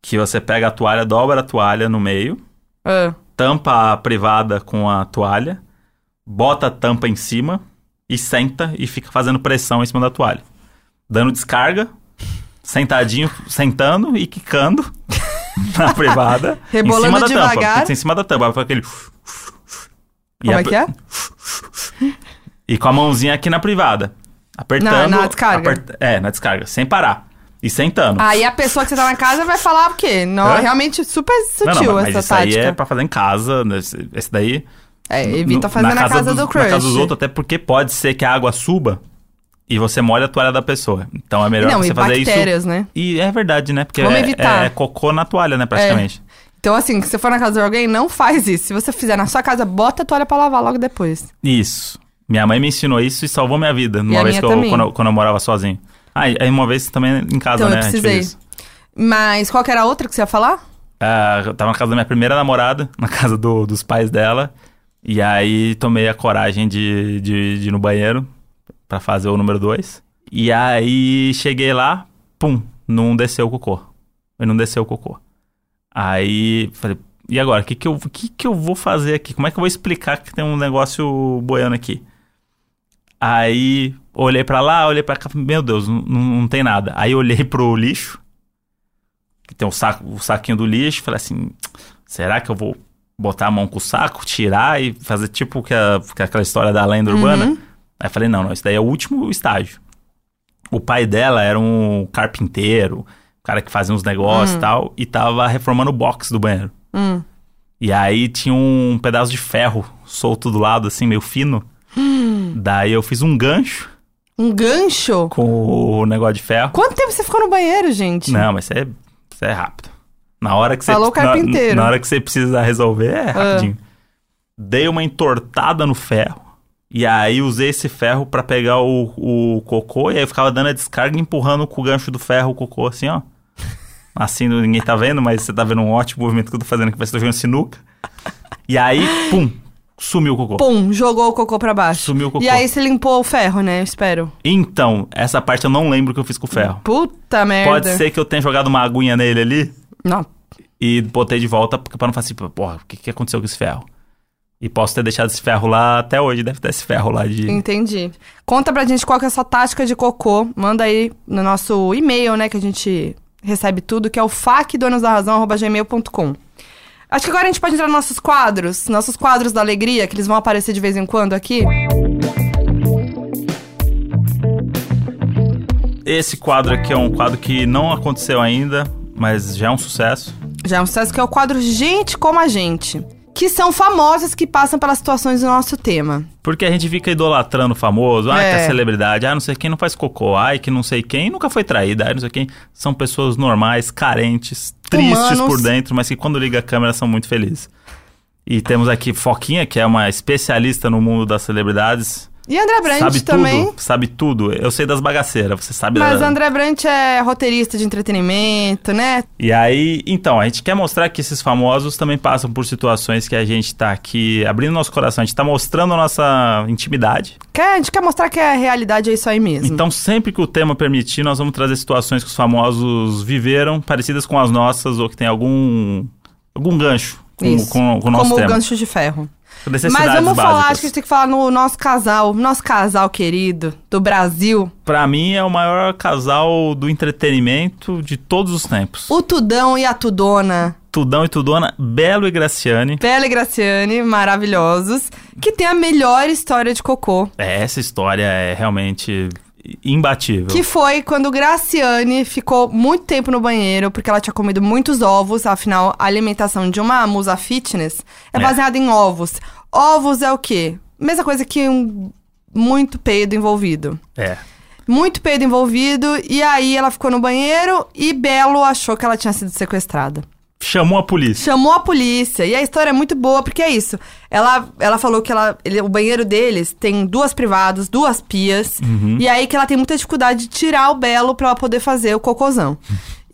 Speaker 1: Que você pega a toalha, dobra a toalha no meio,
Speaker 2: Ah,
Speaker 1: tampa a privada com a toalha, bota a tampa em cima e senta e fica fazendo pressão em cima da toalha. Dando descarga, sentadinho, sentando e quicando na privada. em cima
Speaker 2: Rebolando
Speaker 1: da
Speaker 2: devagar.
Speaker 1: tampa. Tem que ser Em cima da tampa, vai aquele... E
Speaker 2: como
Speaker 1: a
Speaker 2: é
Speaker 1: pe-
Speaker 2: que é?
Speaker 1: E com a mãozinha aqui na privada. Apertando.
Speaker 2: Na- na descarga.
Speaker 1: É, na descarga. Sem parar. E sentando.
Speaker 2: Aí a pessoa que você tá na casa vai falar o quê? Não,
Speaker 1: Hã?
Speaker 2: é realmente super
Speaker 1: não,
Speaker 2: sutil
Speaker 1: não, mas
Speaker 2: essa
Speaker 1: isso
Speaker 2: tática.
Speaker 1: aí é pra fazer em casa. né? Esse esse daí.
Speaker 2: É,
Speaker 1: no-
Speaker 2: evita fazer na, casa,
Speaker 1: dos-
Speaker 2: do crush.
Speaker 1: Na casa dos outros, até porque pode ser que a água suba e você molha a toalha da pessoa. Então é melhor
Speaker 2: não,
Speaker 1: você
Speaker 2: e
Speaker 1: fazer isso.
Speaker 2: bactérias, né?
Speaker 1: E é verdade, né? Porque
Speaker 2: Vamos
Speaker 1: é,
Speaker 2: evitar.
Speaker 1: é cocô na toalha, né? Praticamente.
Speaker 2: Então, assim, se você for na casa de alguém, não faz isso. Se você fizer na sua casa, bota a toalha pra lavar logo depois.
Speaker 1: Isso. Minha mãe me ensinou isso e salvou minha vida.
Speaker 2: É. a
Speaker 1: Uma vez
Speaker 2: minha
Speaker 1: que eu
Speaker 2: também.
Speaker 1: quando, eu, quando eu morava sozinho. Ah, e aí uma vez também em casa,
Speaker 2: Então, eu
Speaker 1: né? a gente fez
Speaker 2: precisei.
Speaker 1: isso.
Speaker 2: Mas qual que era a outra que você ia falar?
Speaker 1: Ah, eu tava na casa da minha primeira namorada, na casa do- dos pais dela. E aí tomei a coragem de, de, de ir no banheiro pra fazer o número 2. E aí cheguei lá, pum, não desceu o cocô. Eu não desceu o cocô. Aí falei, e agora? O que, que, eu, que, que eu vou fazer aqui? Como é que eu vou explicar que tem um negócio boiando aqui? Aí olhei pra lá, olhei pra cá, falei, meu Deus, não, não não tem nada. Aí olhei pro lixo, que tem o, saco, o saquinho do lixo, falei assim, será que eu vou botar a mão com o saco, tirar e fazer tipo que a- que aquela história da lenda urbana? Aí falei, não, não, isso daí é o último estágio. O pai dela era um carpinteiro, um cara que fazia uns negócios e tal, e tava reformando o box do banheiro.
Speaker 2: Hum.
Speaker 1: E aí tinha um pedaço de ferro solto do lado, assim, meio fino. Daí eu fiz um gancho
Speaker 2: Um gancho?
Speaker 1: com o negócio de ferro.
Speaker 2: Quanto tempo você ficou no banheiro, gente?
Speaker 1: Não, mas isso é, isso é rápido. Na hora que você.
Speaker 2: Falou o
Speaker 1: na-
Speaker 2: carpinteiro. Ah.
Speaker 1: Na, hora que você precisa resolver, é rapidinho. Dei uma entortada no ferro. E aí usei esse ferro pra pegar o, o cocô. E aí eu ficava dando a descarga e empurrando com o gancho do ferro o cocô assim, ó. Assim, ninguém tá vendo, mas você tá vendo um ótimo movimento que eu tô fazendo aqui, parece que eu tô jogando sinuca. E aí, pum, sumiu o cocô.
Speaker 2: Pum, jogou o cocô pra baixo.
Speaker 1: Sumiu o cocô.
Speaker 2: E aí você limpou o ferro, né? Eu espero.
Speaker 1: Então, essa parte eu não lembro o que eu fiz com o ferro.
Speaker 2: Puta merda.
Speaker 1: Pode ser que eu tenha jogado uma aguinha nele ali.
Speaker 2: Não.
Speaker 1: e botei de volta porque- pra não falar assim, pô, porra, o que, que aconteceu com esse ferro? E posso ter deixado esse ferro lá até hoje, deve ter esse ferro lá de.
Speaker 2: Entendi. Conta pra gente qual que é a sua tática de cocô. Manda aí no nosso e-mail, né, que a gente recebe tudo, que é o facdonosdarrazão.gmail.com. Acho que agora a gente pode entrar nos nossos quadros, nossos quadros da alegria, que eles vão aparecer de vez em quando aqui.
Speaker 1: Esse quadro aqui é um quadro que não aconteceu ainda, mas já é um sucesso.
Speaker 2: Já é um sucesso que é o quadro Gente Como a Gente, que são famosos que passam pelas situações do nosso tema.
Speaker 1: Porque a gente fica idolatrando o famoso, ah,
Speaker 2: É.
Speaker 1: que a celebridade, ah, não sei quem não faz cocô, ai, que não sei quem nunca foi traída, ai, não sei quem. São pessoas normais, carentes, tristes
Speaker 2: Humanos.
Speaker 1: por dentro, mas que quando liga a câmera são muito felizes. E temos aqui Foquinha, que é uma especialista no mundo das celebridades.
Speaker 2: E André Brandt
Speaker 1: sabe
Speaker 2: também.
Speaker 1: tudo, sabe tudo. Eu sei das bagaceiras, você sabe
Speaker 2: Mas
Speaker 1: da...
Speaker 2: André Brandt é roteirista de entretenimento, né?
Speaker 1: E aí, então, a gente quer mostrar que esses famosos também passam por situações que a gente tá aqui abrindo nosso coração, a gente tá mostrando a nossa intimidade.
Speaker 2: Quer, a gente quer mostrar que a realidade é isso aí mesmo.
Speaker 1: Então, sempre que o tema permitir, nós vamos trazer situações que os famosos viveram, parecidas com as nossas, ou que tem algum, algum gancho com,
Speaker 2: Isso.
Speaker 1: com- com o nosso
Speaker 2: Como o
Speaker 1: tema.
Speaker 2: gancho de ferro.
Speaker 1: Necessidades
Speaker 2: Mas vamos falar, acho que a
Speaker 1: básicas.
Speaker 2: gente tem que falar no nosso casal, nosso casal querido do Brasil,
Speaker 1: Pra mim, é o maior casal do entretenimento de todos os tempos.
Speaker 2: o Tudão e a Tudona,
Speaker 1: Tudão e Tudona, Belo e Graciane.
Speaker 2: Bela e Graciane, maravilhosos, que tem a melhor história de cocô,
Speaker 1: É, essa história é realmente imbatível.
Speaker 2: que foi quando Graciane ficou muito tempo no banheiro porque ela tinha comido muitos ovos, afinal a alimentação de uma musa fitness é
Speaker 1: É.
Speaker 2: baseada em ovos. Ovos é o quê? Mesma coisa que um muito peido envolvido.
Speaker 1: É.
Speaker 2: Muito peido envolvido, e aí ela ficou no banheiro e Belo achou que ela tinha sido sequestrada.
Speaker 1: Chamou a polícia.
Speaker 2: Chamou a polícia, e a história é muito boa, porque é isso. Ela, ela falou que ela, ele- o banheiro deles tem duas privadas, duas pias, e aí que ela tem muita dificuldade de tirar o Belo pra ela poder fazer o cocôzão.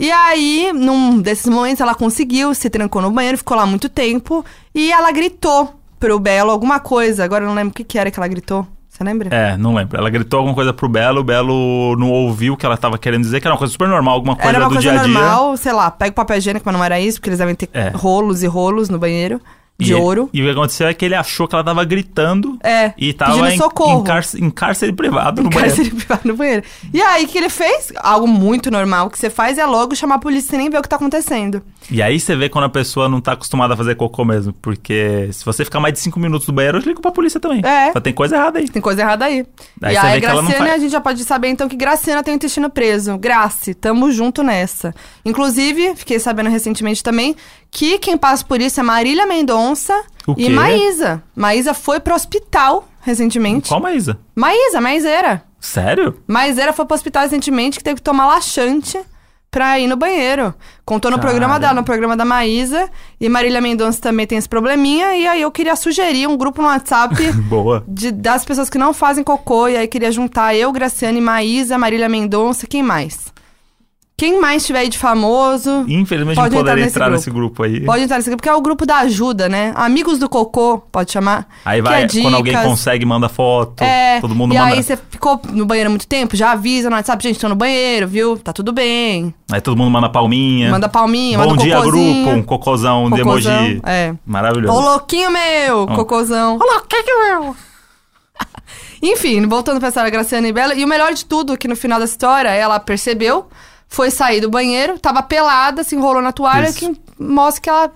Speaker 2: E aí, num desses momentos, ela conseguiu, se trancou no banheiro, ficou lá muito tempo, e ela gritou pro Belo alguma coisa. Agora eu não lembro o que, que era que ela gritou. Você lembra?
Speaker 1: É, não lembro. Ela gritou alguma coisa pro Belo, o Belo não ouviu o que ela tava querendo dizer, que era uma coisa super normal, alguma coisa
Speaker 2: Era uma
Speaker 1: do
Speaker 2: coisa
Speaker 1: dia a dia.
Speaker 2: normal, sei lá, pega o papel higiênico, mas não era isso, porque eles devem ter
Speaker 1: É.
Speaker 2: rolos e rolos no banheiro
Speaker 1: E
Speaker 2: de
Speaker 1: ele-
Speaker 2: ouro.
Speaker 1: E o que aconteceu é que ele achou que ela tava gritando
Speaker 2: É,
Speaker 1: e tava
Speaker 2: pedindo
Speaker 1: em,
Speaker 2: socorro.
Speaker 1: em cárce- em cárcere privado no banheiro.
Speaker 2: Cárcere privado no banheiro. E aí, o que ele fez? Algo muito normal que você faz é logo chamar a polícia sem nem ver o que tá acontecendo.
Speaker 1: E aí você vê quando a pessoa não tá acostumada a fazer cocô mesmo. Porque se você ficar mais de cinco minutos no banheiro, eu ligo pra polícia também.
Speaker 2: É.
Speaker 1: Só tem coisa errada aí.
Speaker 2: Tem coisa errada aí.
Speaker 1: Aí
Speaker 2: e
Speaker 1: você
Speaker 2: aí,
Speaker 1: vê que ela não
Speaker 2: Graciana,
Speaker 1: faz.
Speaker 2: a gente já pode saber então que Graciana tem o intestino preso. Grace, tamo junto nessa. Inclusive, fiquei sabendo recentemente também que quem passa por isso é Marília Mendonça
Speaker 1: O
Speaker 2: e
Speaker 1: quê?
Speaker 2: Maísa. Maísa foi pro hospital recentemente.
Speaker 1: Qual, Maísa?
Speaker 2: Maísa, Maiseira.
Speaker 1: Sério?
Speaker 2: Maisera foi pro hospital recentemente que teve que tomar laxante pra ir no banheiro. Contou no
Speaker 1: Cara.
Speaker 2: programa dela, no programa da Maísa. E Marília Mendonça também tem esse probleminha. E aí eu queria sugerir um grupo no WhatsApp
Speaker 1: Boa.
Speaker 2: de- das pessoas que não fazem cocô. E aí queria juntar eu, Graciane, Maísa, Marília Mendonça, quem mais? Quem mais tiver aí de famoso,
Speaker 1: Infelizmente
Speaker 2: Pode
Speaker 1: não
Speaker 2: entrar
Speaker 1: poderia
Speaker 2: nesse
Speaker 1: entrar
Speaker 2: grupo.
Speaker 1: nesse grupo, aí.
Speaker 2: pode entrar nesse grupo, porque é o grupo da ajuda, né? Amigos do Cocô, pode chamar.
Speaker 1: Aí
Speaker 2: que
Speaker 1: vai,
Speaker 2: é
Speaker 1: quando alguém
Speaker 2: dicas.
Speaker 1: consegue, manda foto.
Speaker 2: É,
Speaker 1: todo mundo
Speaker 2: e
Speaker 1: manda.
Speaker 2: aí você ficou no banheiro muito tempo, já avisa no WhatsApp, gente, tô no banheiro, viu? Tá tudo bem.
Speaker 1: Aí é, todo mundo manda palminha.
Speaker 2: Manda palminha,
Speaker 1: É. Bom
Speaker 2: manda um
Speaker 1: dia,
Speaker 2: cocôzinho.
Speaker 1: grupo. Um cocôzão, de
Speaker 2: Cocôzão,
Speaker 1: emoji.
Speaker 2: É. Ô,
Speaker 1: Maravilhoso.
Speaker 2: louquinho meu, cocôzão. Ô, louquinho meu. Enfim, voltando pra história da Graciana e Bela. E o melhor de tudo, que no final da história, ela percebeu, foi sair do banheiro, tava pelada, se enrolou na toalha,
Speaker 1: Isso.
Speaker 2: que mostra que ela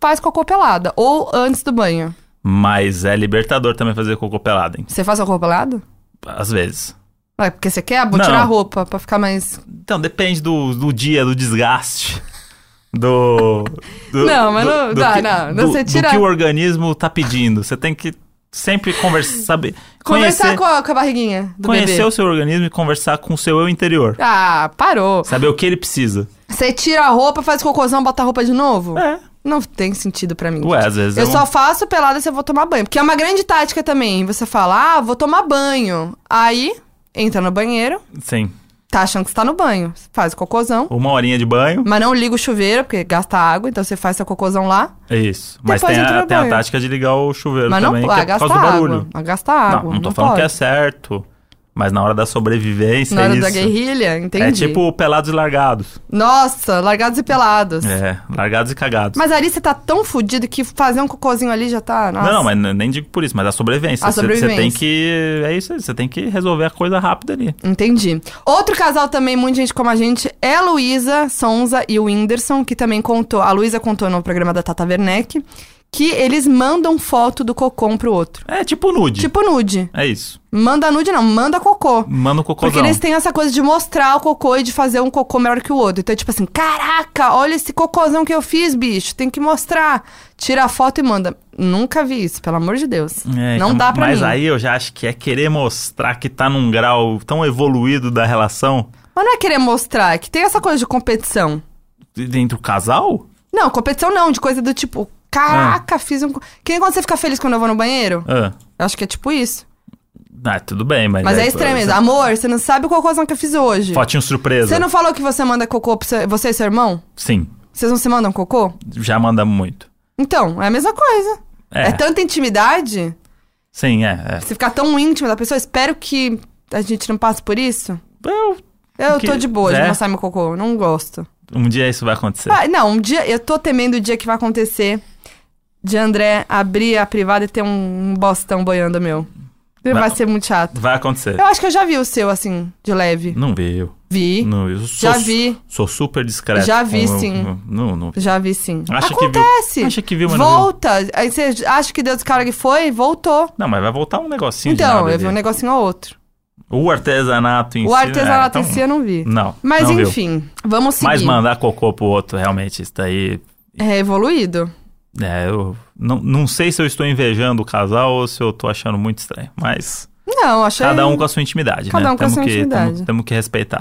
Speaker 2: faz cocô pelada. Ou antes do banho.
Speaker 1: Mas é libertador também fazer cocô pelado, hein?
Speaker 2: Você faz cocô pelado?
Speaker 1: Às vezes.
Speaker 2: É porque você quer? Vou
Speaker 1: Não.
Speaker 2: tirar a roupa pra ficar mais
Speaker 1: Então, depende do, do dia, do desgaste. Do. do-
Speaker 2: Não, mas não- não, não, não,
Speaker 1: do-
Speaker 2: você
Speaker 1: do
Speaker 2: tira-
Speaker 1: que o organismo tá pedindo. Você tem que sempre conversar. Saber,
Speaker 2: Conversar
Speaker 1: conhecer
Speaker 2: com a, com a barriguinha do
Speaker 1: conhecer
Speaker 2: bebê.
Speaker 1: o seu organismo e conversar com o seu eu interior.
Speaker 2: Ah, parou.
Speaker 1: Saber o que ele precisa.
Speaker 2: Você tira a roupa, faz cocôzão, bota a roupa de novo?
Speaker 1: É.
Speaker 2: Não tem sentido pra mim.
Speaker 1: Ué,
Speaker 2: gente.
Speaker 1: às vezes
Speaker 2: eu
Speaker 1: é um-
Speaker 2: só faço pelada se eu vou tomar banho. Porque é uma grande tática também. Você fala, ah, vou tomar banho. Aí, entra no banheiro,
Speaker 1: Sim.
Speaker 2: tá achando que você tá no banho. Faz o cocôzão.
Speaker 1: Uma horinha de banho.
Speaker 2: Mas não liga o chuveiro, porque gasta água, então você faz seu cocôzão lá.
Speaker 1: É isso. Mas
Speaker 2: Depois
Speaker 1: tem
Speaker 2: entra
Speaker 1: a,
Speaker 2: no
Speaker 1: tem a
Speaker 2: banho.
Speaker 1: tática de ligar o chuveiro
Speaker 2: Mas não,
Speaker 1: também,
Speaker 2: ah,
Speaker 1: que é por
Speaker 2: gasta
Speaker 1: causa do barulho.
Speaker 2: água. Ah, Gasta água.
Speaker 1: Não, não tô falando
Speaker 2: pode.
Speaker 1: que é certo. Mas na hora da sobrevivência,
Speaker 2: Na
Speaker 1: é
Speaker 2: hora
Speaker 1: isso.
Speaker 2: da guerrilha, entendi.
Speaker 1: É tipo pelados e largados.
Speaker 2: Nossa, largados e pelados.
Speaker 1: É, largados e cagados.
Speaker 2: Mas ali você tá tão fudido que fazer um cocôzinho ali já tá. Nossa.
Speaker 1: Não, não, mas n- nem digo por isso, mas a sobrevivência.
Speaker 2: A
Speaker 1: Você-
Speaker 2: sobrevivência.
Speaker 1: Você tem que. É isso aí, você tem que resolver a coisa rápida ali.
Speaker 2: Entendi. Outro casal também, muita gente como a gente, é a Luísa Sonza e o Whindersson, que também contou. A Luísa contou no programa da Tata Werneck que eles mandam foto do cocô um pro outro.
Speaker 1: É tipo nude.
Speaker 2: Tipo nude.
Speaker 1: É isso.
Speaker 2: Manda nude, não, manda cocô.
Speaker 1: Manda um
Speaker 2: Porque
Speaker 1: cocôzão.
Speaker 2: eles têm essa coisa de mostrar o cocô e de fazer um cocô melhor que o outro. Então, é tipo assim, caraca, olha esse cocôzão que eu fiz, bicho. Tem que mostrar. Tira a foto e manda. Nunca vi isso, pelo amor de Deus.
Speaker 1: É,
Speaker 2: não
Speaker 1: então,
Speaker 2: dá pra
Speaker 1: Mas
Speaker 2: mim.
Speaker 1: aí eu já acho que é querer mostrar que tá num grau tão evoluído da relação
Speaker 2: Mas não é querer mostrar, é que tem essa coisa de competição.
Speaker 1: de- entre o casal?
Speaker 2: Não, competição não, de coisa do tipo, caraca, fiz um. co- Que nem quando você fica feliz quando eu vou no banheiro?
Speaker 1: Ah,
Speaker 2: Eu acho que é tipo isso.
Speaker 1: ah, tudo bem, mas.
Speaker 2: Mas é,
Speaker 1: aí,
Speaker 2: estranho
Speaker 1: você-
Speaker 2: mesmo. Amor, você não sabe o cocôzão que eu fiz hoje.
Speaker 1: Fotinho surpresa.
Speaker 2: Você não falou que você manda cocô pra você, você e seu irmão?
Speaker 1: Sim,
Speaker 2: Vocês não se mandam cocô?
Speaker 1: já manda muito.
Speaker 2: Então, é a mesma coisa.
Speaker 1: É.
Speaker 2: É tanta intimidade,
Speaker 1: Sim, é. é.
Speaker 2: você ficar tão íntimo da pessoa, espero que a gente não passe por isso.
Speaker 1: Eu-
Speaker 2: Eu
Speaker 1: Que-
Speaker 2: tô de boa de
Speaker 1: é?
Speaker 2: mostrar meu cocô, não gosto.
Speaker 1: um dia isso vai acontecer.
Speaker 2: Ah, não, um dia, eu tô temendo o dia que vai acontecer de André abrir a privada e ter um, um bostão boiando meu. Vai
Speaker 1: Não.
Speaker 2: ser muito chato.
Speaker 1: Vai acontecer.
Speaker 2: Eu acho que eu já vi o seu, assim, de leve.
Speaker 1: Não veio.
Speaker 2: Vi,
Speaker 1: Não, eu sou,
Speaker 2: Já vi.
Speaker 1: Sou super discreto.
Speaker 2: Já vi,
Speaker 1: com-
Speaker 2: sim.
Speaker 1: Não, não.
Speaker 2: já vi sim.
Speaker 1: Acha que viu.
Speaker 2: Acontece.
Speaker 1: Acha que viu, mas não viu.
Speaker 2: Volta. Aí você acha que deu descarga que foi, voltou.
Speaker 1: Não, mas vai voltar um negocinho de
Speaker 2: então,
Speaker 1: nada
Speaker 2: eu vi um
Speaker 1: ali.
Speaker 2: negocinho ou outro.
Speaker 1: O artesanato em si.
Speaker 2: o artesanato
Speaker 1: é,
Speaker 2: em si eu não vi.
Speaker 1: Não.
Speaker 2: Mas
Speaker 1: não viu.
Speaker 2: enfim, vamos seguir.
Speaker 1: Mas mandar cocô pro outro, realmente, isso daí.
Speaker 2: É evoluído.
Speaker 1: É, eu não, não sei se eu estou invejando o casal ou se eu tô achando muito estranho. Mas
Speaker 2: Não, achei...
Speaker 1: cada um com a sua intimidade,
Speaker 2: Cada
Speaker 1: né?
Speaker 2: um com a
Speaker 1: temos
Speaker 2: sua
Speaker 1: que,
Speaker 2: intimidade.
Speaker 1: Temos, temos que respeitar.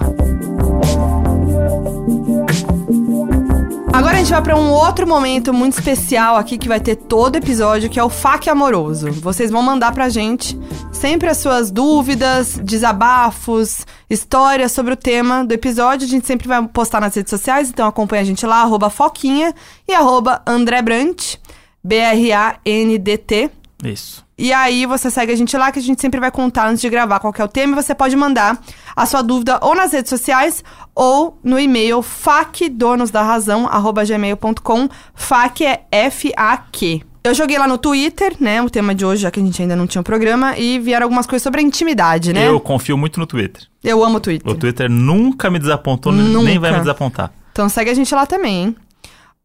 Speaker 2: Agora a gente vai pra um outro momento muito especial aqui que vai ter todo episódio, que é o FAQ amoroso. Vocês vão mandar pra gente sempre as suas dúvidas, desabafos, histórias sobre o tema do episódio. A gente sempre vai postar nas redes sociais, então acompanha a gente lá, arroba Foquinha e arroba André Brant, B-R-A-N-D-T.
Speaker 1: Isso.
Speaker 2: E aí você segue a gente lá que a gente sempre vai contar antes de gravar qual que é o tema. E você pode mandar a sua dúvida ou nas redes sociais ou no e-mail facdonosdarrazão@gmail.com. Fac é F A Q. Eu joguei lá no Twitter, né, o tema de hoje, já que a gente ainda não tinha o programa e vieram algumas coisas sobre a intimidade, né?
Speaker 1: Eu confio muito no Twitter.
Speaker 2: Eu amo o Twitter.
Speaker 1: O Twitter nunca me desapontou,
Speaker 2: Nunca.
Speaker 1: nem vai me desapontar.
Speaker 2: Então segue a gente lá também, hein?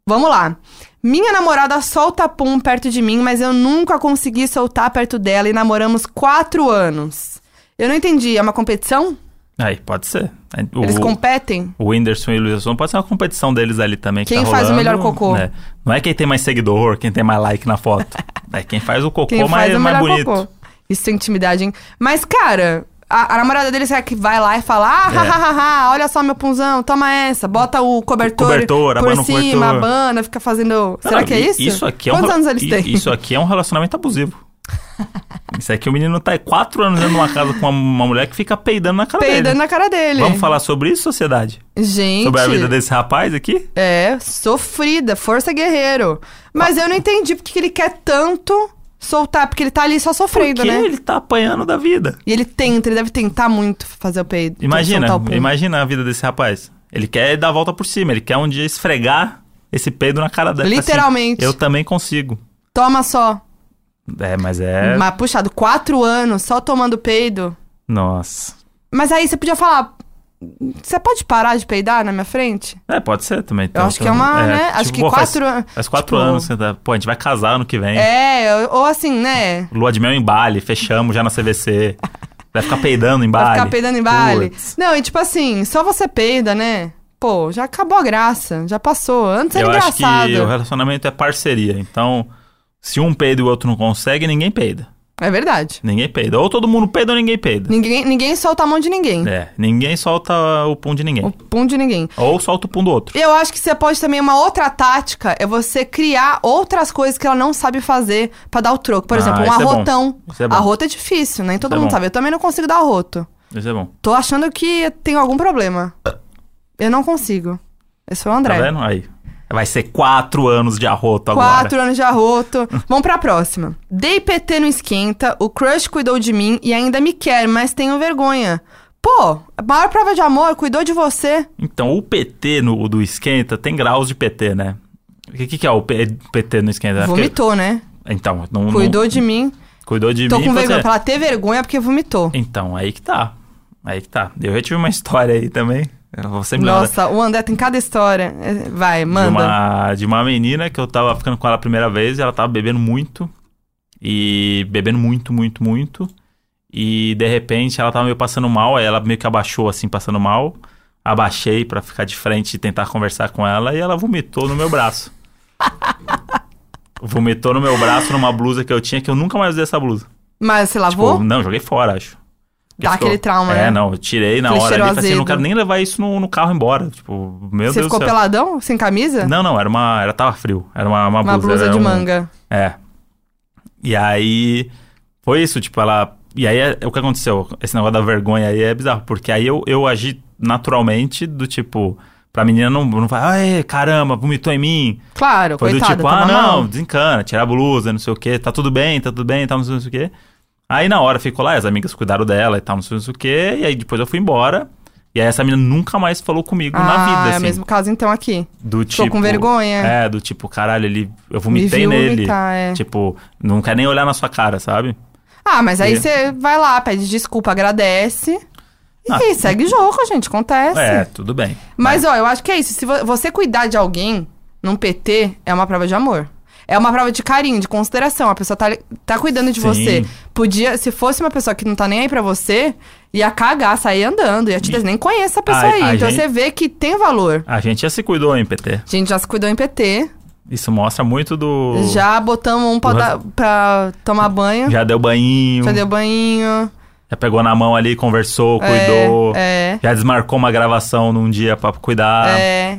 Speaker 2: Vamos lá. Minha namorada solta pum perto de mim, mas eu nunca consegui soltar perto dela e namoramos quatro anos. Eu não entendi, é uma competição?
Speaker 1: Aí, pode ser. O,
Speaker 2: Eles competem?
Speaker 1: o Whindersson e o Luizson pode ser uma competição deles ali também. que
Speaker 2: Quem
Speaker 1: tá
Speaker 2: faz o
Speaker 1: rolando,
Speaker 2: melhor cocô?
Speaker 1: né? Não é quem tem mais seguidor, quem tem mais like na foto. é quem faz o cocô
Speaker 2: Quem
Speaker 1: mais,
Speaker 2: faz o
Speaker 1: mais
Speaker 2: melhor
Speaker 1: bonito.
Speaker 2: cocô? Isso é intimidade, hein? Mas, cara, a, a namorada dele será que vai lá e fala: ah,
Speaker 1: É.
Speaker 2: hahaha, olha só meu punzão, toma essa, bota o cobertor,
Speaker 1: Cobertor,
Speaker 2: por
Speaker 1: abana o
Speaker 2: cima,
Speaker 1: cobertor.
Speaker 2: abana, fica fazendo.
Speaker 1: Não,
Speaker 2: Será
Speaker 1: não,
Speaker 2: que é
Speaker 1: i-
Speaker 2: isso?
Speaker 1: Isso aqui é um
Speaker 2: Quantos
Speaker 1: rela-
Speaker 2: anos eles
Speaker 1: i-
Speaker 2: têm?
Speaker 1: Isso aqui é um relacionamento abusivo. isso aqui o menino tá quatro anos dentro de uma casa com uma, uma mulher que fica peidando na cara
Speaker 2: Peidando
Speaker 1: dele.
Speaker 2: na cara dele.
Speaker 1: é Vamos falar sobre isso, sociedade?
Speaker 2: Gente.
Speaker 1: Sobre a vida desse rapaz aqui?
Speaker 2: É, sofrida, força guerreiro. Mas eu não entendi porque que ele quer tanto soltar, porque ele tá ali só sofrendo,
Speaker 1: Porque
Speaker 2: né?
Speaker 1: ele tá apanhando da vida.
Speaker 2: E ele tenta, ele deve tentar muito fazer o peido.
Speaker 1: Imagina,
Speaker 2: soltar o pum.
Speaker 1: imagina a vida desse rapaz. Ele quer dar a volta por cima, ele quer um dia esfregar esse peido na cara dele.
Speaker 2: Literalmente.
Speaker 1: eu também consigo.
Speaker 2: Toma só.
Speaker 1: É, mas é.
Speaker 2: Mas puxado, quatro anos só tomando peido.
Speaker 1: Nossa.
Speaker 2: Mas aí você podia falar. Você pode parar de peidar na minha frente?
Speaker 1: É, pode ser também. Então,
Speaker 2: acho que é uma, né? Acho que
Speaker 1: faz-
Speaker 2: quatro an-
Speaker 1: Faz quatro
Speaker 2: tipo-
Speaker 1: anos que tá. Pô, a gente vai casar ano que vem.
Speaker 2: É, ou assim, né?
Speaker 1: Lua de mel em Bali, fechamos já na CVC. Vai ficar peidando em Bali.
Speaker 2: Pra ficar peidando em baile.
Speaker 1: Putz.
Speaker 2: Não, e tipo assim, só você peida, né? Pô, já acabou a graça, já passou. Antes era
Speaker 1: Eu acho que
Speaker 2: é engraçado.
Speaker 1: o relacionamento é parceria. Então, se um peida e o outro não consegue, ninguém peida.
Speaker 2: É verdade.
Speaker 1: Ninguém peida. Ou todo mundo peida ou ninguém peida.
Speaker 2: Ninguém, ninguém solta a mão de ninguém.
Speaker 1: É, ninguém solta o pum de ninguém.
Speaker 2: O pum de ninguém.
Speaker 1: Ou solta o pum do outro.
Speaker 2: Eu acho que você pode também, uma outra tática é você criar outras coisas que ela não sabe fazer pra dar o troco. Por
Speaker 1: Ah,
Speaker 2: exemplo, um
Speaker 1: isso é bom.
Speaker 2: arrotão.
Speaker 1: Isso é bom.
Speaker 2: Arroto é difícil, nem todo
Speaker 1: Isso é
Speaker 2: mundo
Speaker 1: bom.
Speaker 2: sabe. Eu também não consigo dar arroto.
Speaker 1: Isso é bom.
Speaker 2: Tô achando que eu tenho algum problema. Eu não consigo. Esse foi o André.
Speaker 1: Tá vendo? Aí. Vai ser quatro anos de arroto agora.
Speaker 2: Quatro anos de arroto. Vamos pra próxima. Dei PT no esquenta, o crush cuidou de mim e ainda me quer, mas tenho vergonha. Pô, a maior prova de amor, cuidou de você.
Speaker 1: Então, o PT no, do esquenta tem graus de PT, né? O que, que é o P- PT no esquenta?
Speaker 2: Vomitou, né?
Speaker 1: Porque- Então, não, não-
Speaker 2: Cuidou de mim.
Speaker 1: cuidou de
Speaker 2: Tô
Speaker 1: mim.
Speaker 2: com
Speaker 1: você-
Speaker 2: vergonha. Pra ela ter vergonha porque vomitou.
Speaker 1: Então, aí que tá. Aí que tá. Eu já tive uma história aí também. Você me lembra
Speaker 2: Nossa, o André tem cada história. É, Vai,
Speaker 1: de
Speaker 2: manda.
Speaker 1: uma, de uma menina que eu tava ficando com ela a primeira vez e ela tava bebendo muito. E bebendo muito, muito, muito. E de repente ela tava meio passando mal, aí ela meio que abaixou assim, passando mal. Abaixei pra ficar de frente e tentar conversar com ela e ela vomitou no meu braço. vomitou no meu braço numa blusa que eu tinha que eu nunca mais usei essa blusa.
Speaker 2: Mas você
Speaker 1: Tipo,
Speaker 2: lavou?
Speaker 1: não, joguei fora, acho. Porque
Speaker 2: Dá aquele trauma,
Speaker 1: É,
Speaker 2: né?
Speaker 1: não, eu tirei na
Speaker 2: Aquele
Speaker 1: hora ali,
Speaker 2: cheiro
Speaker 1: falei assim, eu não
Speaker 2: azedo.
Speaker 1: quero nem levar isso no, no carro embora, tipo, meu
Speaker 2: você
Speaker 1: Deus
Speaker 2: ficou
Speaker 1: do céu.
Speaker 2: peladão? Sem camisa?
Speaker 1: Não, não, era uma, era, tava frio, era uma, uma,
Speaker 2: Uma blusa
Speaker 1: era
Speaker 2: de
Speaker 1: um-
Speaker 2: manga.
Speaker 1: É. E aí, foi isso, tipo, ela, e aí é- o que aconteceu, esse negócio da vergonha aí é bizarro, porque aí eu, eu agi naturalmente do tipo, pra menina não, não vai, ai, caramba, vomitou em mim,
Speaker 2: Claro,
Speaker 1: foi
Speaker 2: coitada.
Speaker 1: do tipo, ah,
Speaker 2: tava
Speaker 1: não,
Speaker 2: mal.
Speaker 1: desencana, tira a blusa, não sei o quê, tá tudo bem, tá tudo bem, tá não sei, não sei o quê. Aí na hora ficou lá, as amigas cuidaram dela e tal, não sei, não sei o quê, e aí depois eu fui embora. E aí essa menina nunca mais falou comigo na
Speaker 2: Ah,
Speaker 1: vida,
Speaker 2: é
Speaker 1: assim.
Speaker 2: o mesmo caso então aqui.
Speaker 1: Do
Speaker 2: Tô
Speaker 1: tipo.
Speaker 2: com vergonha.
Speaker 1: É, do tipo, caralho, ele, eu vomitei
Speaker 2: viu
Speaker 1: nele.
Speaker 2: vomitar, é.
Speaker 1: Tipo, não quer nem olhar na sua cara, sabe?
Speaker 2: Ah, mas aí
Speaker 1: E-
Speaker 2: você vai lá, pede desculpa, agradece. E
Speaker 1: Ah,
Speaker 2: segue o jogo, gente, acontece.
Speaker 1: É, tudo bem.
Speaker 2: assim. Mas, ó, eu acho que é isso. Se vo- você cuidar de alguém num PT, é uma prova de amor. É uma prova de carinho, de consideração. A pessoa tá, li- tá cuidando de
Speaker 1: Sim.
Speaker 2: você. Podia, se fosse uma pessoa que não tá nem aí pra você, ia cagar, sair andando. Ia te des- nem conhece essa pessoa
Speaker 1: A-
Speaker 2: aí.
Speaker 1: a
Speaker 2: então
Speaker 1: gente-
Speaker 2: você vê que tem valor.
Speaker 1: A gente já se cuidou, hein, PT?
Speaker 2: A gente já se cuidou em PT.
Speaker 1: Isso mostra muito do.
Speaker 2: Já botamos um pra,
Speaker 1: do
Speaker 2: dar- pra tomar banho. Já,
Speaker 1: Uhum. Já deu banhinho. Já,
Speaker 2: deu banho.
Speaker 1: pegou na mão ali, conversou, cuidou.
Speaker 2: É.
Speaker 1: Já desmarcou uma gravação num dia pra cuidar.
Speaker 2: É.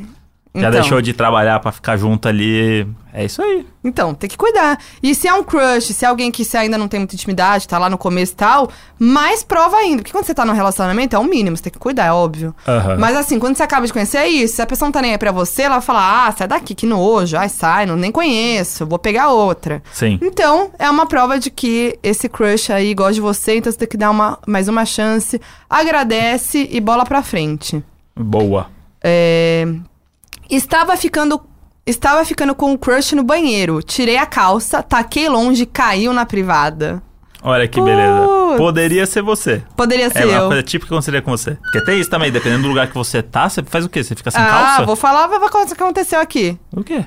Speaker 1: Já
Speaker 2: Então,
Speaker 1: deixou de trabalhar pra ficar junto ali. É isso aí.
Speaker 2: então, tem que cuidar. E se é um crush, se é alguém que você ainda não tem muita intimidade, tá lá no começo e tal, mais prova ainda. Porque quando você tá num relacionamento, é o mínimo, você tem que cuidar, é óbvio.
Speaker 1: Aham.
Speaker 2: Mas assim, quando você acaba de conhecer, é isso. Se a pessoa não tá nem aí pra você, ela fala, ah, sai daqui, que nojo. Ai, sai, não, nem conheço, vou pegar outra.
Speaker 1: Sim.
Speaker 2: Então, é uma prova de que esse crush aí gosta de você, então você tem que dar uma, mais uma chance, agradece e bola pra frente.
Speaker 1: Boa.
Speaker 2: É, Estava ficando. Estava ficando com o crush no banheiro. Tirei a calça, taquei longe, caiu na privada.
Speaker 1: Olha que beleza.
Speaker 2: Putz.
Speaker 1: Poderia ser você.
Speaker 2: Poderia ser
Speaker 1: É uma
Speaker 2: eu.
Speaker 1: coisa típica que aconteceria com você. Porque tem isso também, dependendo do lugar que você tá, você faz o quê? Você fica sem
Speaker 2: ah,
Speaker 1: calça?
Speaker 2: vou falar uma coisa que aconteceu aqui.
Speaker 1: O quê?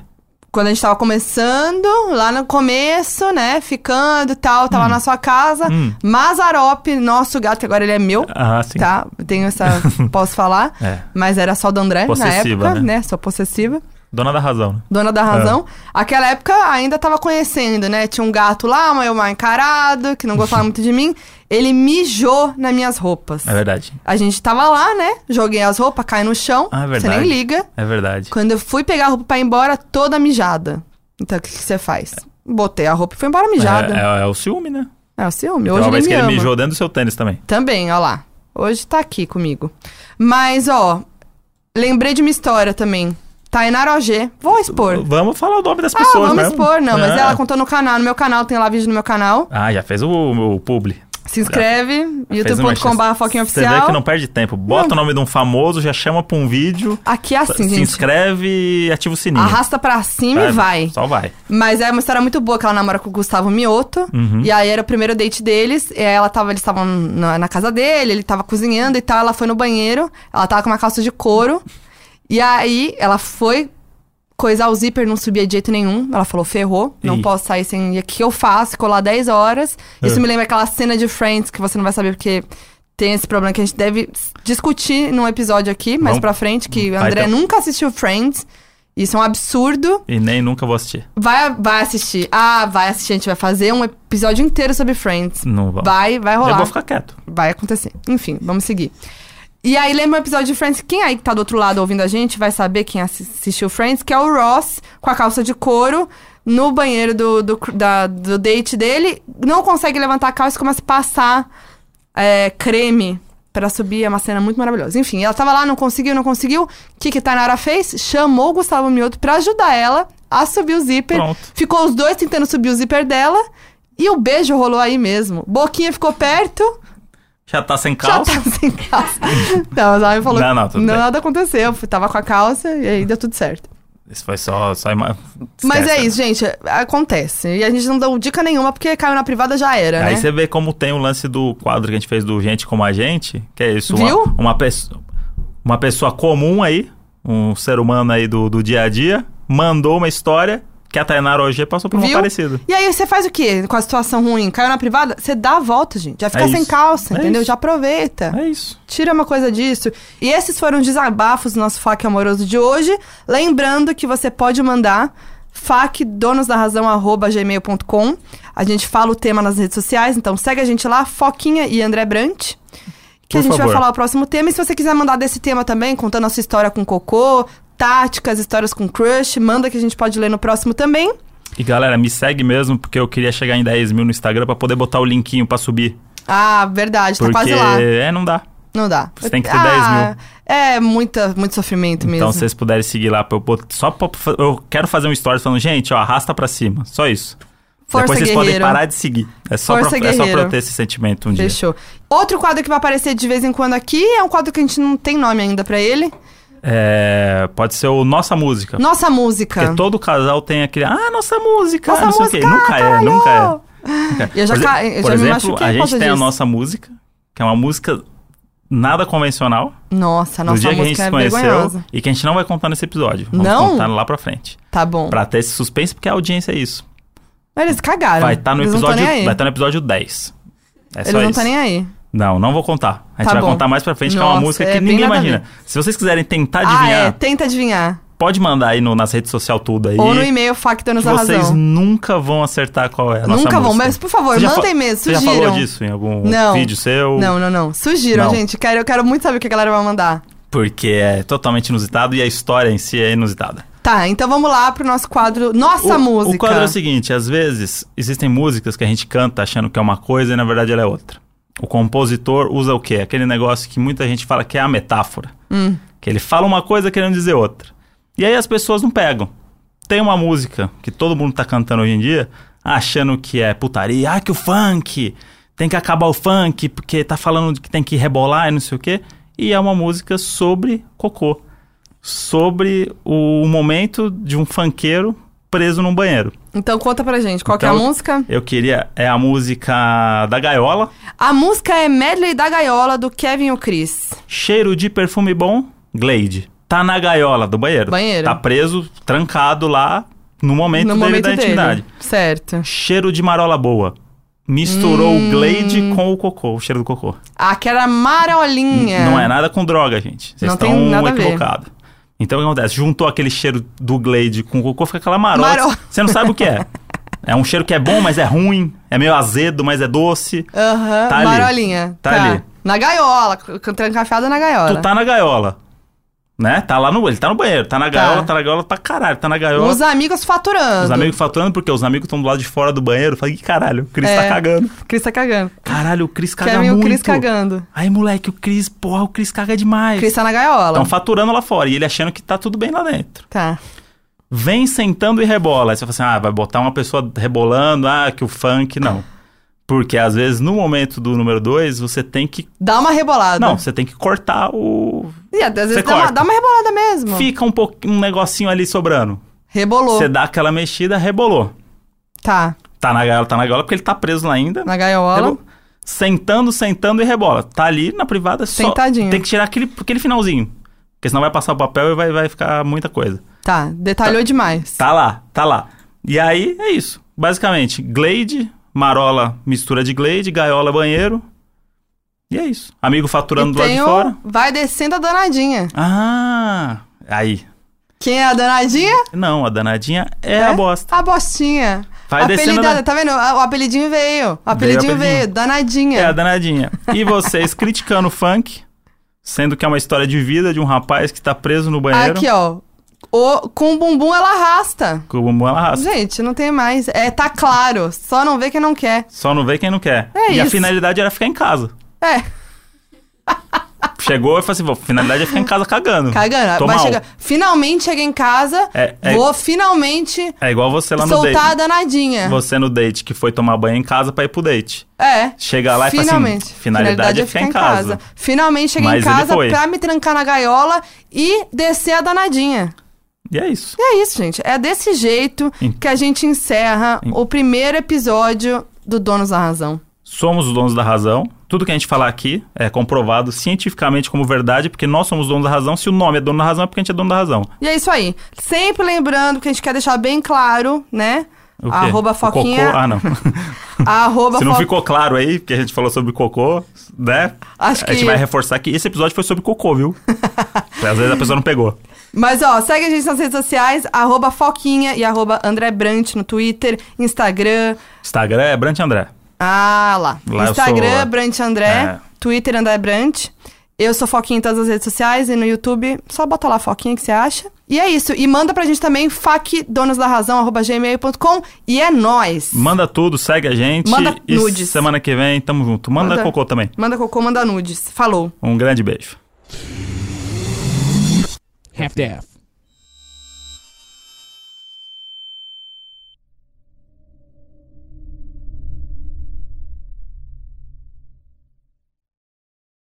Speaker 2: Quando a gente tava começando, lá no começo, né? Ficando e tal, tava na sua casa.
Speaker 1: Hum.
Speaker 2: Mazarope, nosso gato, que agora ele é meu.
Speaker 1: Ah, sim.
Speaker 2: Tá, tenho essa. posso falar?
Speaker 1: É.
Speaker 2: Mas era só do André
Speaker 1: Possessiva,
Speaker 2: na época,
Speaker 1: né?
Speaker 2: né? Sou possessiva.
Speaker 1: Dona da razão, né?
Speaker 2: Dona da razão. Aquela época ainda tava conhecendo, né? Tinha um gato lá, meio mal encarado, que não gostava muito de mim. Ele mijou nas minhas roupas.
Speaker 1: É verdade.
Speaker 2: A gente tava lá, né? Joguei as roupas, cai no chão.
Speaker 1: Ah, é
Speaker 2: você
Speaker 1: verdade.
Speaker 2: nem liga.
Speaker 1: É verdade.
Speaker 2: Quando eu fui pegar a roupa pra ir embora, toda mijada. Então o que, que você faz? Botei a roupa e fui embora mijada. É,
Speaker 1: É, é- é o ciúme, né?
Speaker 2: o ciúme.
Speaker 1: Tem uma
Speaker 2: Hoje ele
Speaker 1: vez que
Speaker 2: me
Speaker 1: ele
Speaker 2: ama.
Speaker 1: mijou dentro do seu tênis também.
Speaker 2: Também, ó lá. Hoje tá aqui comigo. Mas, ó, lembrei de uma história também. Tainara OG. Vou expor.
Speaker 1: Vamos falar o nome das
Speaker 2: Ah,
Speaker 1: pessoas,
Speaker 2: vamos
Speaker 1: mesmo.
Speaker 2: expor, não, mas
Speaker 1: É.
Speaker 2: ela contou no canal, no meu canal, tem lá vídeo no meu canal.
Speaker 1: Ah, já fez o, o publi.
Speaker 2: Se inscreve,
Speaker 1: Fez uma
Speaker 2: youtube.com.br
Speaker 1: chance.
Speaker 2: Foquinha
Speaker 1: Você vê
Speaker 2: Oficial.
Speaker 1: que não perde tempo. Bota o nome de um famoso, já chama pra um vídeo.
Speaker 2: Aqui é assim,
Speaker 1: se
Speaker 2: gente.
Speaker 1: inscreve e ativa o sininho.
Speaker 2: Arrasta pra cima e vai.
Speaker 1: Só vai.
Speaker 2: Mas é uma história muito boa que ela namora com o Gustavo Mioto.
Speaker 1: Uhum.
Speaker 2: E aí era o primeiro date deles. E aí ela tava, eles estavam na, na casa dele, ele tava cozinhando e tal. Ela foi no banheiro, ela tava com uma calça de couro. E aí ela foi coisar o zíper, não subia de jeito nenhum. Ela falou: ferrou, não
Speaker 1: Ih.
Speaker 2: posso sair sem. E o que eu faço? Ficou lá 10 horas. Isso
Speaker 1: Ah.
Speaker 2: me lembra aquela cena de Friends que você não vai saber porque. Tem esse problema que a gente deve discutir num episódio aqui, mais
Speaker 1: Vamos.
Speaker 2: pra frente, que o
Speaker 1: Vai,
Speaker 2: André
Speaker 1: então.
Speaker 2: nunca assistiu Friends. Isso é um absurdo.
Speaker 1: E nem nunca vou assistir.
Speaker 2: Vai, vai assistir. Ah, vai assistir. A gente vai fazer um episódio inteiro sobre Friends.
Speaker 1: Não vou.
Speaker 2: Vai, vai
Speaker 1: Eu
Speaker 2: rolar.
Speaker 1: vou ficar quieto.
Speaker 2: Vai acontecer. Enfim, vamos seguir. E aí, lembra um episódio de Friends? Quem aí que tá do outro lado ouvindo a gente vai saber quem assi- assistiu Friends, que é o Ross, com a calça de couro, no banheiro do, do, cr- da- do date dele. Não consegue levantar a calça e começa a passar é, creme pra Pra subir é uma cena muito maravilhosa. Enfim, ela tava lá, não conseguiu, não conseguiu. O que que Tainara fez? Chamou o Gustavo Mioto pra ajudar ela a subir o zíper.
Speaker 1: Pronto.
Speaker 2: Ficou os dois tentando subir o zíper dela. E o beijo rolou aí mesmo. Boquinha ficou perto,
Speaker 1: Já tá sem
Speaker 2: já
Speaker 1: calça?
Speaker 2: tava sem calça. não, mas ela me falou
Speaker 1: Não, não,
Speaker 2: que
Speaker 1: tudo bem.
Speaker 2: nada aconteceu. Eu Tava com a calça e aí deu tudo certo.
Speaker 1: Isso foi só. só ima...
Speaker 2: Mas é
Speaker 1: Esquece.
Speaker 2: isso, gente. Acontece. E a gente não deu dica nenhuma porque caiu na privada já era,
Speaker 1: Aí
Speaker 2: né?
Speaker 1: você vê como tem o lance do quadro que a gente fez do Gente Como a Gente, que é isso.
Speaker 2: Viu?
Speaker 1: Uma, uma, pessoa, uma pessoa comum aí, um ser humano aí do, do dia a dia, mandou uma história que a Tainara Ogê passou por uma
Speaker 2: Viu?
Speaker 1: parecida.
Speaker 2: E aí você faz o quê com a situação ruim? Caiu na privada? Você dá a volta, gente. Já fica
Speaker 1: É
Speaker 2: sem
Speaker 1: isso.
Speaker 2: calça,
Speaker 1: É
Speaker 2: entendeu?
Speaker 1: isso.
Speaker 2: Já aproveita.
Speaker 1: É isso.
Speaker 2: Tira uma coisa disso. E esses foram os desabafos do nosso FAQ amoroso de hoje. Lembrando que você pode mandar facdonosdarrazão.gmail.com A gente fala o tema nas redes sociais, então segue a gente lá, Foquinha e André Brant. Que a
Speaker 1: Por
Speaker 2: gente vai
Speaker 1: favor.
Speaker 2: falar o próximo tema. E se você quiser mandar desse tema também, contando a sua história com cocô, táticas, histórias com crush, manda que a gente pode ler no próximo também.
Speaker 1: E galera, me segue mesmo, porque eu queria chegar em 10 mil no Instagram pra poder botar o linkinho pra subir.
Speaker 2: Ah, verdade,
Speaker 1: Porque
Speaker 2: tá quase lá.
Speaker 1: é, não dá.
Speaker 2: Não dá.
Speaker 1: Você tem que ter
Speaker 2: ah, É, muita, muito sofrimento mesmo.
Speaker 1: Então, se vocês puderem seguir lá, pra eu bot- só pra, fa- eu quero fazer um story falando, gente, ó, arrasta pra cima. Só isso.
Speaker 2: Força,
Speaker 1: Depois vocês podem
Speaker 2: guerreiro.
Speaker 1: parar de seguir. É só,
Speaker 2: Força,
Speaker 1: pra, é só pra eu
Speaker 2: guerreiro.
Speaker 1: ter esse sentimento um dia.
Speaker 2: Fechou. Outro quadro que vai aparecer de vez em quando aqui é um quadro que a gente não tem nome ainda pra ele.
Speaker 1: É, pode ser o Nossa Música.
Speaker 2: Nossa música.
Speaker 1: Porque todo casal tem aquele. Ah, nossa música!
Speaker 2: Nossa
Speaker 1: não sei
Speaker 2: música,
Speaker 1: o quê. Nunca é,
Speaker 2: caralho!
Speaker 1: nunca é. Nunca é.
Speaker 2: Eu já
Speaker 1: por
Speaker 2: ca-
Speaker 1: exe-
Speaker 2: eu
Speaker 1: por
Speaker 2: já me
Speaker 1: exemplo,
Speaker 2: machuquei
Speaker 1: a
Speaker 2: por
Speaker 1: gente
Speaker 2: causa
Speaker 1: tem a
Speaker 2: disso.
Speaker 1: nossa música, que é uma música nada convencional.
Speaker 2: Nossa,
Speaker 1: do
Speaker 2: nossa
Speaker 1: dia que a gente
Speaker 2: música
Speaker 1: se
Speaker 2: é
Speaker 1: conheceu
Speaker 2: vergonhosa.
Speaker 1: e que a gente não vai contar nesse episódio. Vamos
Speaker 2: Não?
Speaker 1: contar lá pra frente.
Speaker 2: Tá bom.
Speaker 1: Pra ter esse suspense, porque a audiência é isso.
Speaker 2: Mas Eles cagaram.
Speaker 1: Vai estar no
Speaker 2: Eles
Speaker 1: episódio.
Speaker 2: Não tão nem aí.
Speaker 1: Vai estar no episódio 10. É
Speaker 2: Eles
Speaker 1: só
Speaker 2: não
Speaker 1: isso.
Speaker 2: estão nem aí.
Speaker 1: Não, não vou contar. A gente
Speaker 2: Tá
Speaker 1: vai
Speaker 2: bom.
Speaker 1: contar mais pra frente, que é uma
Speaker 2: Nossa,
Speaker 1: música
Speaker 2: é
Speaker 1: que
Speaker 2: bem
Speaker 1: ninguém
Speaker 2: nada a ver.
Speaker 1: imagina. Se vocês quiserem tentar
Speaker 2: Ah,
Speaker 1: adivinhar,
Speaker 2: é. Tenta adivinhar.
Speaker 1: pode mandar aí no- nas redes sociais tudo aí.
Speaker 2: Ou no e-mail, factonos
Speaker 1: que
Speaker 2: da
Speaker 1: vocês
Speaker 2: razão.
Speaker 1: nunca vão acertar qual é a nossa
Speaker 2: Nunca vão,
Speaker 1: música.
Speaker 2: mas por favor,
Speaker 1: Você já
Speaker 2: mandem
Speaker 1: fa-
Speaker 2: mesmo,
Speaker 1: Você já
Speaker 2: sugiram.
Speaker 1: falou disso em algum
Speaker 2: Não.
Speaker 1: vídeo seu?
Speaker 2: Não, não, não. Sugiram,
Speaker 1: Não.
Speaker 2: gente. Quero, eu quero muito saber o que a galera vai mandar.
Speaker 1: Porque é totalmente inusitado e a história em si é inusitada.
Speaker 2: Tá, então vamos lá pro nosso quadro Nossa
Speaker 1: o,
Speaker 2: Música.
Speaker 1: O quadro é o seguinte, às vezes existem músicas que a gente canta achando que é uma coisa e na verdade ela é outra. O compositor usa o quê? Aquele negócio que muita gente fala que é a metáfora.
Speaker 2: Hum.
Speaker 1: Que ele fala uma coisa querendo dizer outra. E aí as pessoas não pegam. Tem uma música que todo mundo tá cantando hoje em dia, achando que é putaria, ah, que o funk, tem que acabar o funk, porque tá falando que tem que rebolar e não sei o quê. E é uma música sobre cocô. Sobre o momento de um funkeiro preso num banheiro.
Speaker 2: Então conta pra gente, qual que é a
Speaker 1: Então,
Speaker 2: música?
Speaker 1: Eu queria. É a música da gaiola.
Speaker 2: A música é Medley da Gaiola, do Kevin e o Chris.
Speaker 1: Cheiro de perfume bom, Glade. Tá na gaiola do banheiro.
Speaker 2: Banheiro.
Speaker 1: Tá preso, trancado lá no momento
Speaker 2: no
Speaker 1: dele
Speaker 2: momento
Speaker 1: da
Speaker 2: dele.
Speaker 1: intimidade.
Speaker 2: Certo.
Speaker 1: Cheiro de marola boa. Misturou
Speaker 2: Hum.
Speaker 1: o Glade com o cocô, o cheiro do cocô.
Speaker 2: Ah, que era marolinha.
Speaker 1: Não é nada com droga, gente. Vocês
Speaker 2: Não tem
Speaker 1: estão
Speaker 2: nada a ver.
Speaker 1: equivocados. Então o que acontece? Juntou aquele cheiro do Glade com o cocô, fica aquela marola.
Speaker 2: Marola.
Speaker 1: Você não sabe o que é. É um cheiro que é bom, mas é ruim. É meio azedo, mas é doce.
Speaker 2: Aham,
Speaker 1: Tá ali.
Speaker 2: marolinha.
Speaker 1: Tá ali.
Speaker 2: Na gaiola, c- trancafiada na gaiola.
Speaker 1: Tu tá na gaiola. Né? Tá lá no. Ele tá no banheiro. Tá na gaiola, tá, na gaiola pra caralho. Tá na gaiola.
Speaker 2: Os amigos faturando.
Speaker 1: Os amigos faturando, porque os amigos estão do lado de fora do banheiro. Fala, que caralho, o Cris
Speaker 2: É.
Speaker 1: tá cagando.
Speaker 2: Cris tá cagando.
Speaker 1: Caralho, o Cris caga
Speaker 2: Kevin e o
Speaker 1: muito. É
Speaker 2: Chris cagando.
Speaker 1: Aí, moleque, o Cris, porra, o Cris caga demais.
Speaker 2: Cris tá na gaiola.
Speaker 1: Estão faturando lá fora e ele achando que tá tudo bem lá dentro.
Speaker 2: Tá.
Speaker 1: Vem sentando e rebola. Aí você fala assim, ah, vai botar uma pessoa rebolando, ah, que o funk, não. Porque às vezes no momento do número dois você tem que.
Speaker 2: Dá uma rebolada.
Speaker 1: Não, você tem que cortar o.
Speaker 2: E às vezes
Speaker 1: Você
Speaker 2: dá uma,
Speaker 1: corta.
Speaker 2: dá uma rebolada mesmo.
Speaker 1: Fica um, pouco, um negocinho ali sobrando.
Speaker 2: Rebolou.
Speaker 1: Você dá aquela mexida, rebolou.
Speaker 2: Tá.
Speaker 1: Tá na gaiola, tá na gaiola, porque ele tá preso lá ainda.
Speaker 2: Na gaiola.
Speaker 1: Rebo- Sentando, sentando e rebola. Tá ali na privada, só
Speaker 2: Sentadinho.
Speaker 1: tem que tirar aquele, aquele finalzinho. Porque senão vai passar o papel e vai, vai ficar muita coisa.
Speaker 2: Tá. Detalhou demais.
Speaker 1: Tá lá, tá lá. E aí, é isso. Basicamente, Glade, marola, mistura de Glade, gaiola, banheiro. E é isso. Amigo faturando
Speaker 2: E
Speaker 1: do lado
Speaker 2: tem
Speaker 1: de
Speaker 2: o-
Speaker 1: fora.
Speaker 2: Vai descendo a danadinha.
Speaker 1: Ah, aí.
Speaker 2: Quem é a danadinha?
Speaker 1: Não, a danadinha é, a bosta.
Speaker 2: A tá bostinha.
Speaker 1: Vai descendo a
Speaker 2: Apelidada, tá vendo? O apelidinho veio. O apelidinho veio,
Speaker 1: apelidinho.
Speaker 2: danadinha.
Speaker 1: É a danadinha. E vocês criticando o funk, sendo que é uma história de vida de um rapaz que tá preso no banheiro.
Speaker 2: Aqui, ó. O, com o bumbum ela arrasta.
Speaker 1: Que o bumbum ela arrasta.
Speaker 2: Gente, não tem mais. É, tá claro. Só não vê quem não quer.
Speaker 1: Só não vê quem não quer.
Speaker 2: É
Speaker 1: e a
Speaker 2: isso.
Speaker 1: finalidade era ficar em casa.
Speaker 2: É.
Speaker 1: chegou e falou assim: "Bom, finalidade é ficar em casa cagando.
Speaker 2: Cagando,
Speaker 1: Tô
Speaker 2: vai
Speaker 1: mal.
Speaker 2: chegar. Finalmente chega em casa,
Speaker 1: É, é-
Speaker 2: vou finalmente
Speaker 1: É igual você lá no
Speaker 2: soltar a
Speaker 1: date.
Speaker 2: danadinha.
Speaker 1: Você no date que foi tomar banho em casa pra ir pro date.
Speaker 2: É.
Speaker 1: Chega lá e fala assim:
Speaker 2: Finalmente.
Speaker 1: finalidade é ficar em casa.
Speaker 2: Finalmente cheguei
Speaker 1: Mas
Speaker 2: em
Speaker 1: ele
Speaker 2: casa
Speaker 1: foi.
Speaker 2: pra me trancar na gaiola e descer a danadinha.
Speaker 1: E é isso.
Speaker 2: E é isso, gente. É desse jeito
Speaker 1: Em-
Speaker 2: que a gente encerra
Speaker 1: Em-
Speaker 2: o primeiro episódio do Donos da Razão.
Speaker 1: Somos os donos da razão. Tudo que a gente falar aqui é comprovado cientificamente como verdade, porque nós somos os donos da razão. Se o nome é dono da razão, é porque a gente é dono da razão.
Speaker 2: E é isso aí. Sempre lembrando que a gente quer deixar bem claro, né?
Speaker 1: O quê?
Speaker 2: Arroba
Speaker 1: O Cocô?
Speaker 2: Foquinha.
Speaker 1: Ah, não.
Speaker 2: Arroba
Speaker 1: Se não
Speaker 2: Fo-
Speaker 1: ficou claro aí, porque a gente falou sobre cocô, né?
Speaker 2: Acho
Speaker 1: A gente
Speaker 2: que-
Speaker 1: vai reforçar que esse episódio foi sobre cocô, viu? Às vezes a pessoa não pegou.
Speaker 2: Mas ó, segue a gente nas redes sociais, arroba Foquinha e arroba André Brant no Twitter, Instagram.
Speaker 1: Instagram é Brant André.
Speaker 2: Ah lá.
Speaker 1: Lá eu
Speaker 2: Instagram,
Speaker 1: sou-
Speaker 2: Brant André.
Speaker 1: É.
Speaker 2: Twitter, André Brant. Eu sou Foquinha em todas as redes sociais e no YouTube. Só bota lá Foquinha que você acha. E é isso. E manda pra gente também facdonosdarrazão.gmail.com e é nóis.
Speaker 1: Manda tudo, segue a gente.
Speaker 2: Manda
Speaker 1: e
Speaker 2: nudes.
Speaker 1: Semana que vem, tamo junto. Manda,
Speaker 2: Manda.
Speaker 1: cocô também.
Speaker 2: Manda cocô, manda nudes. Falou.
Speaker 1: Um grande beijo.
Speaker 3: half-daff.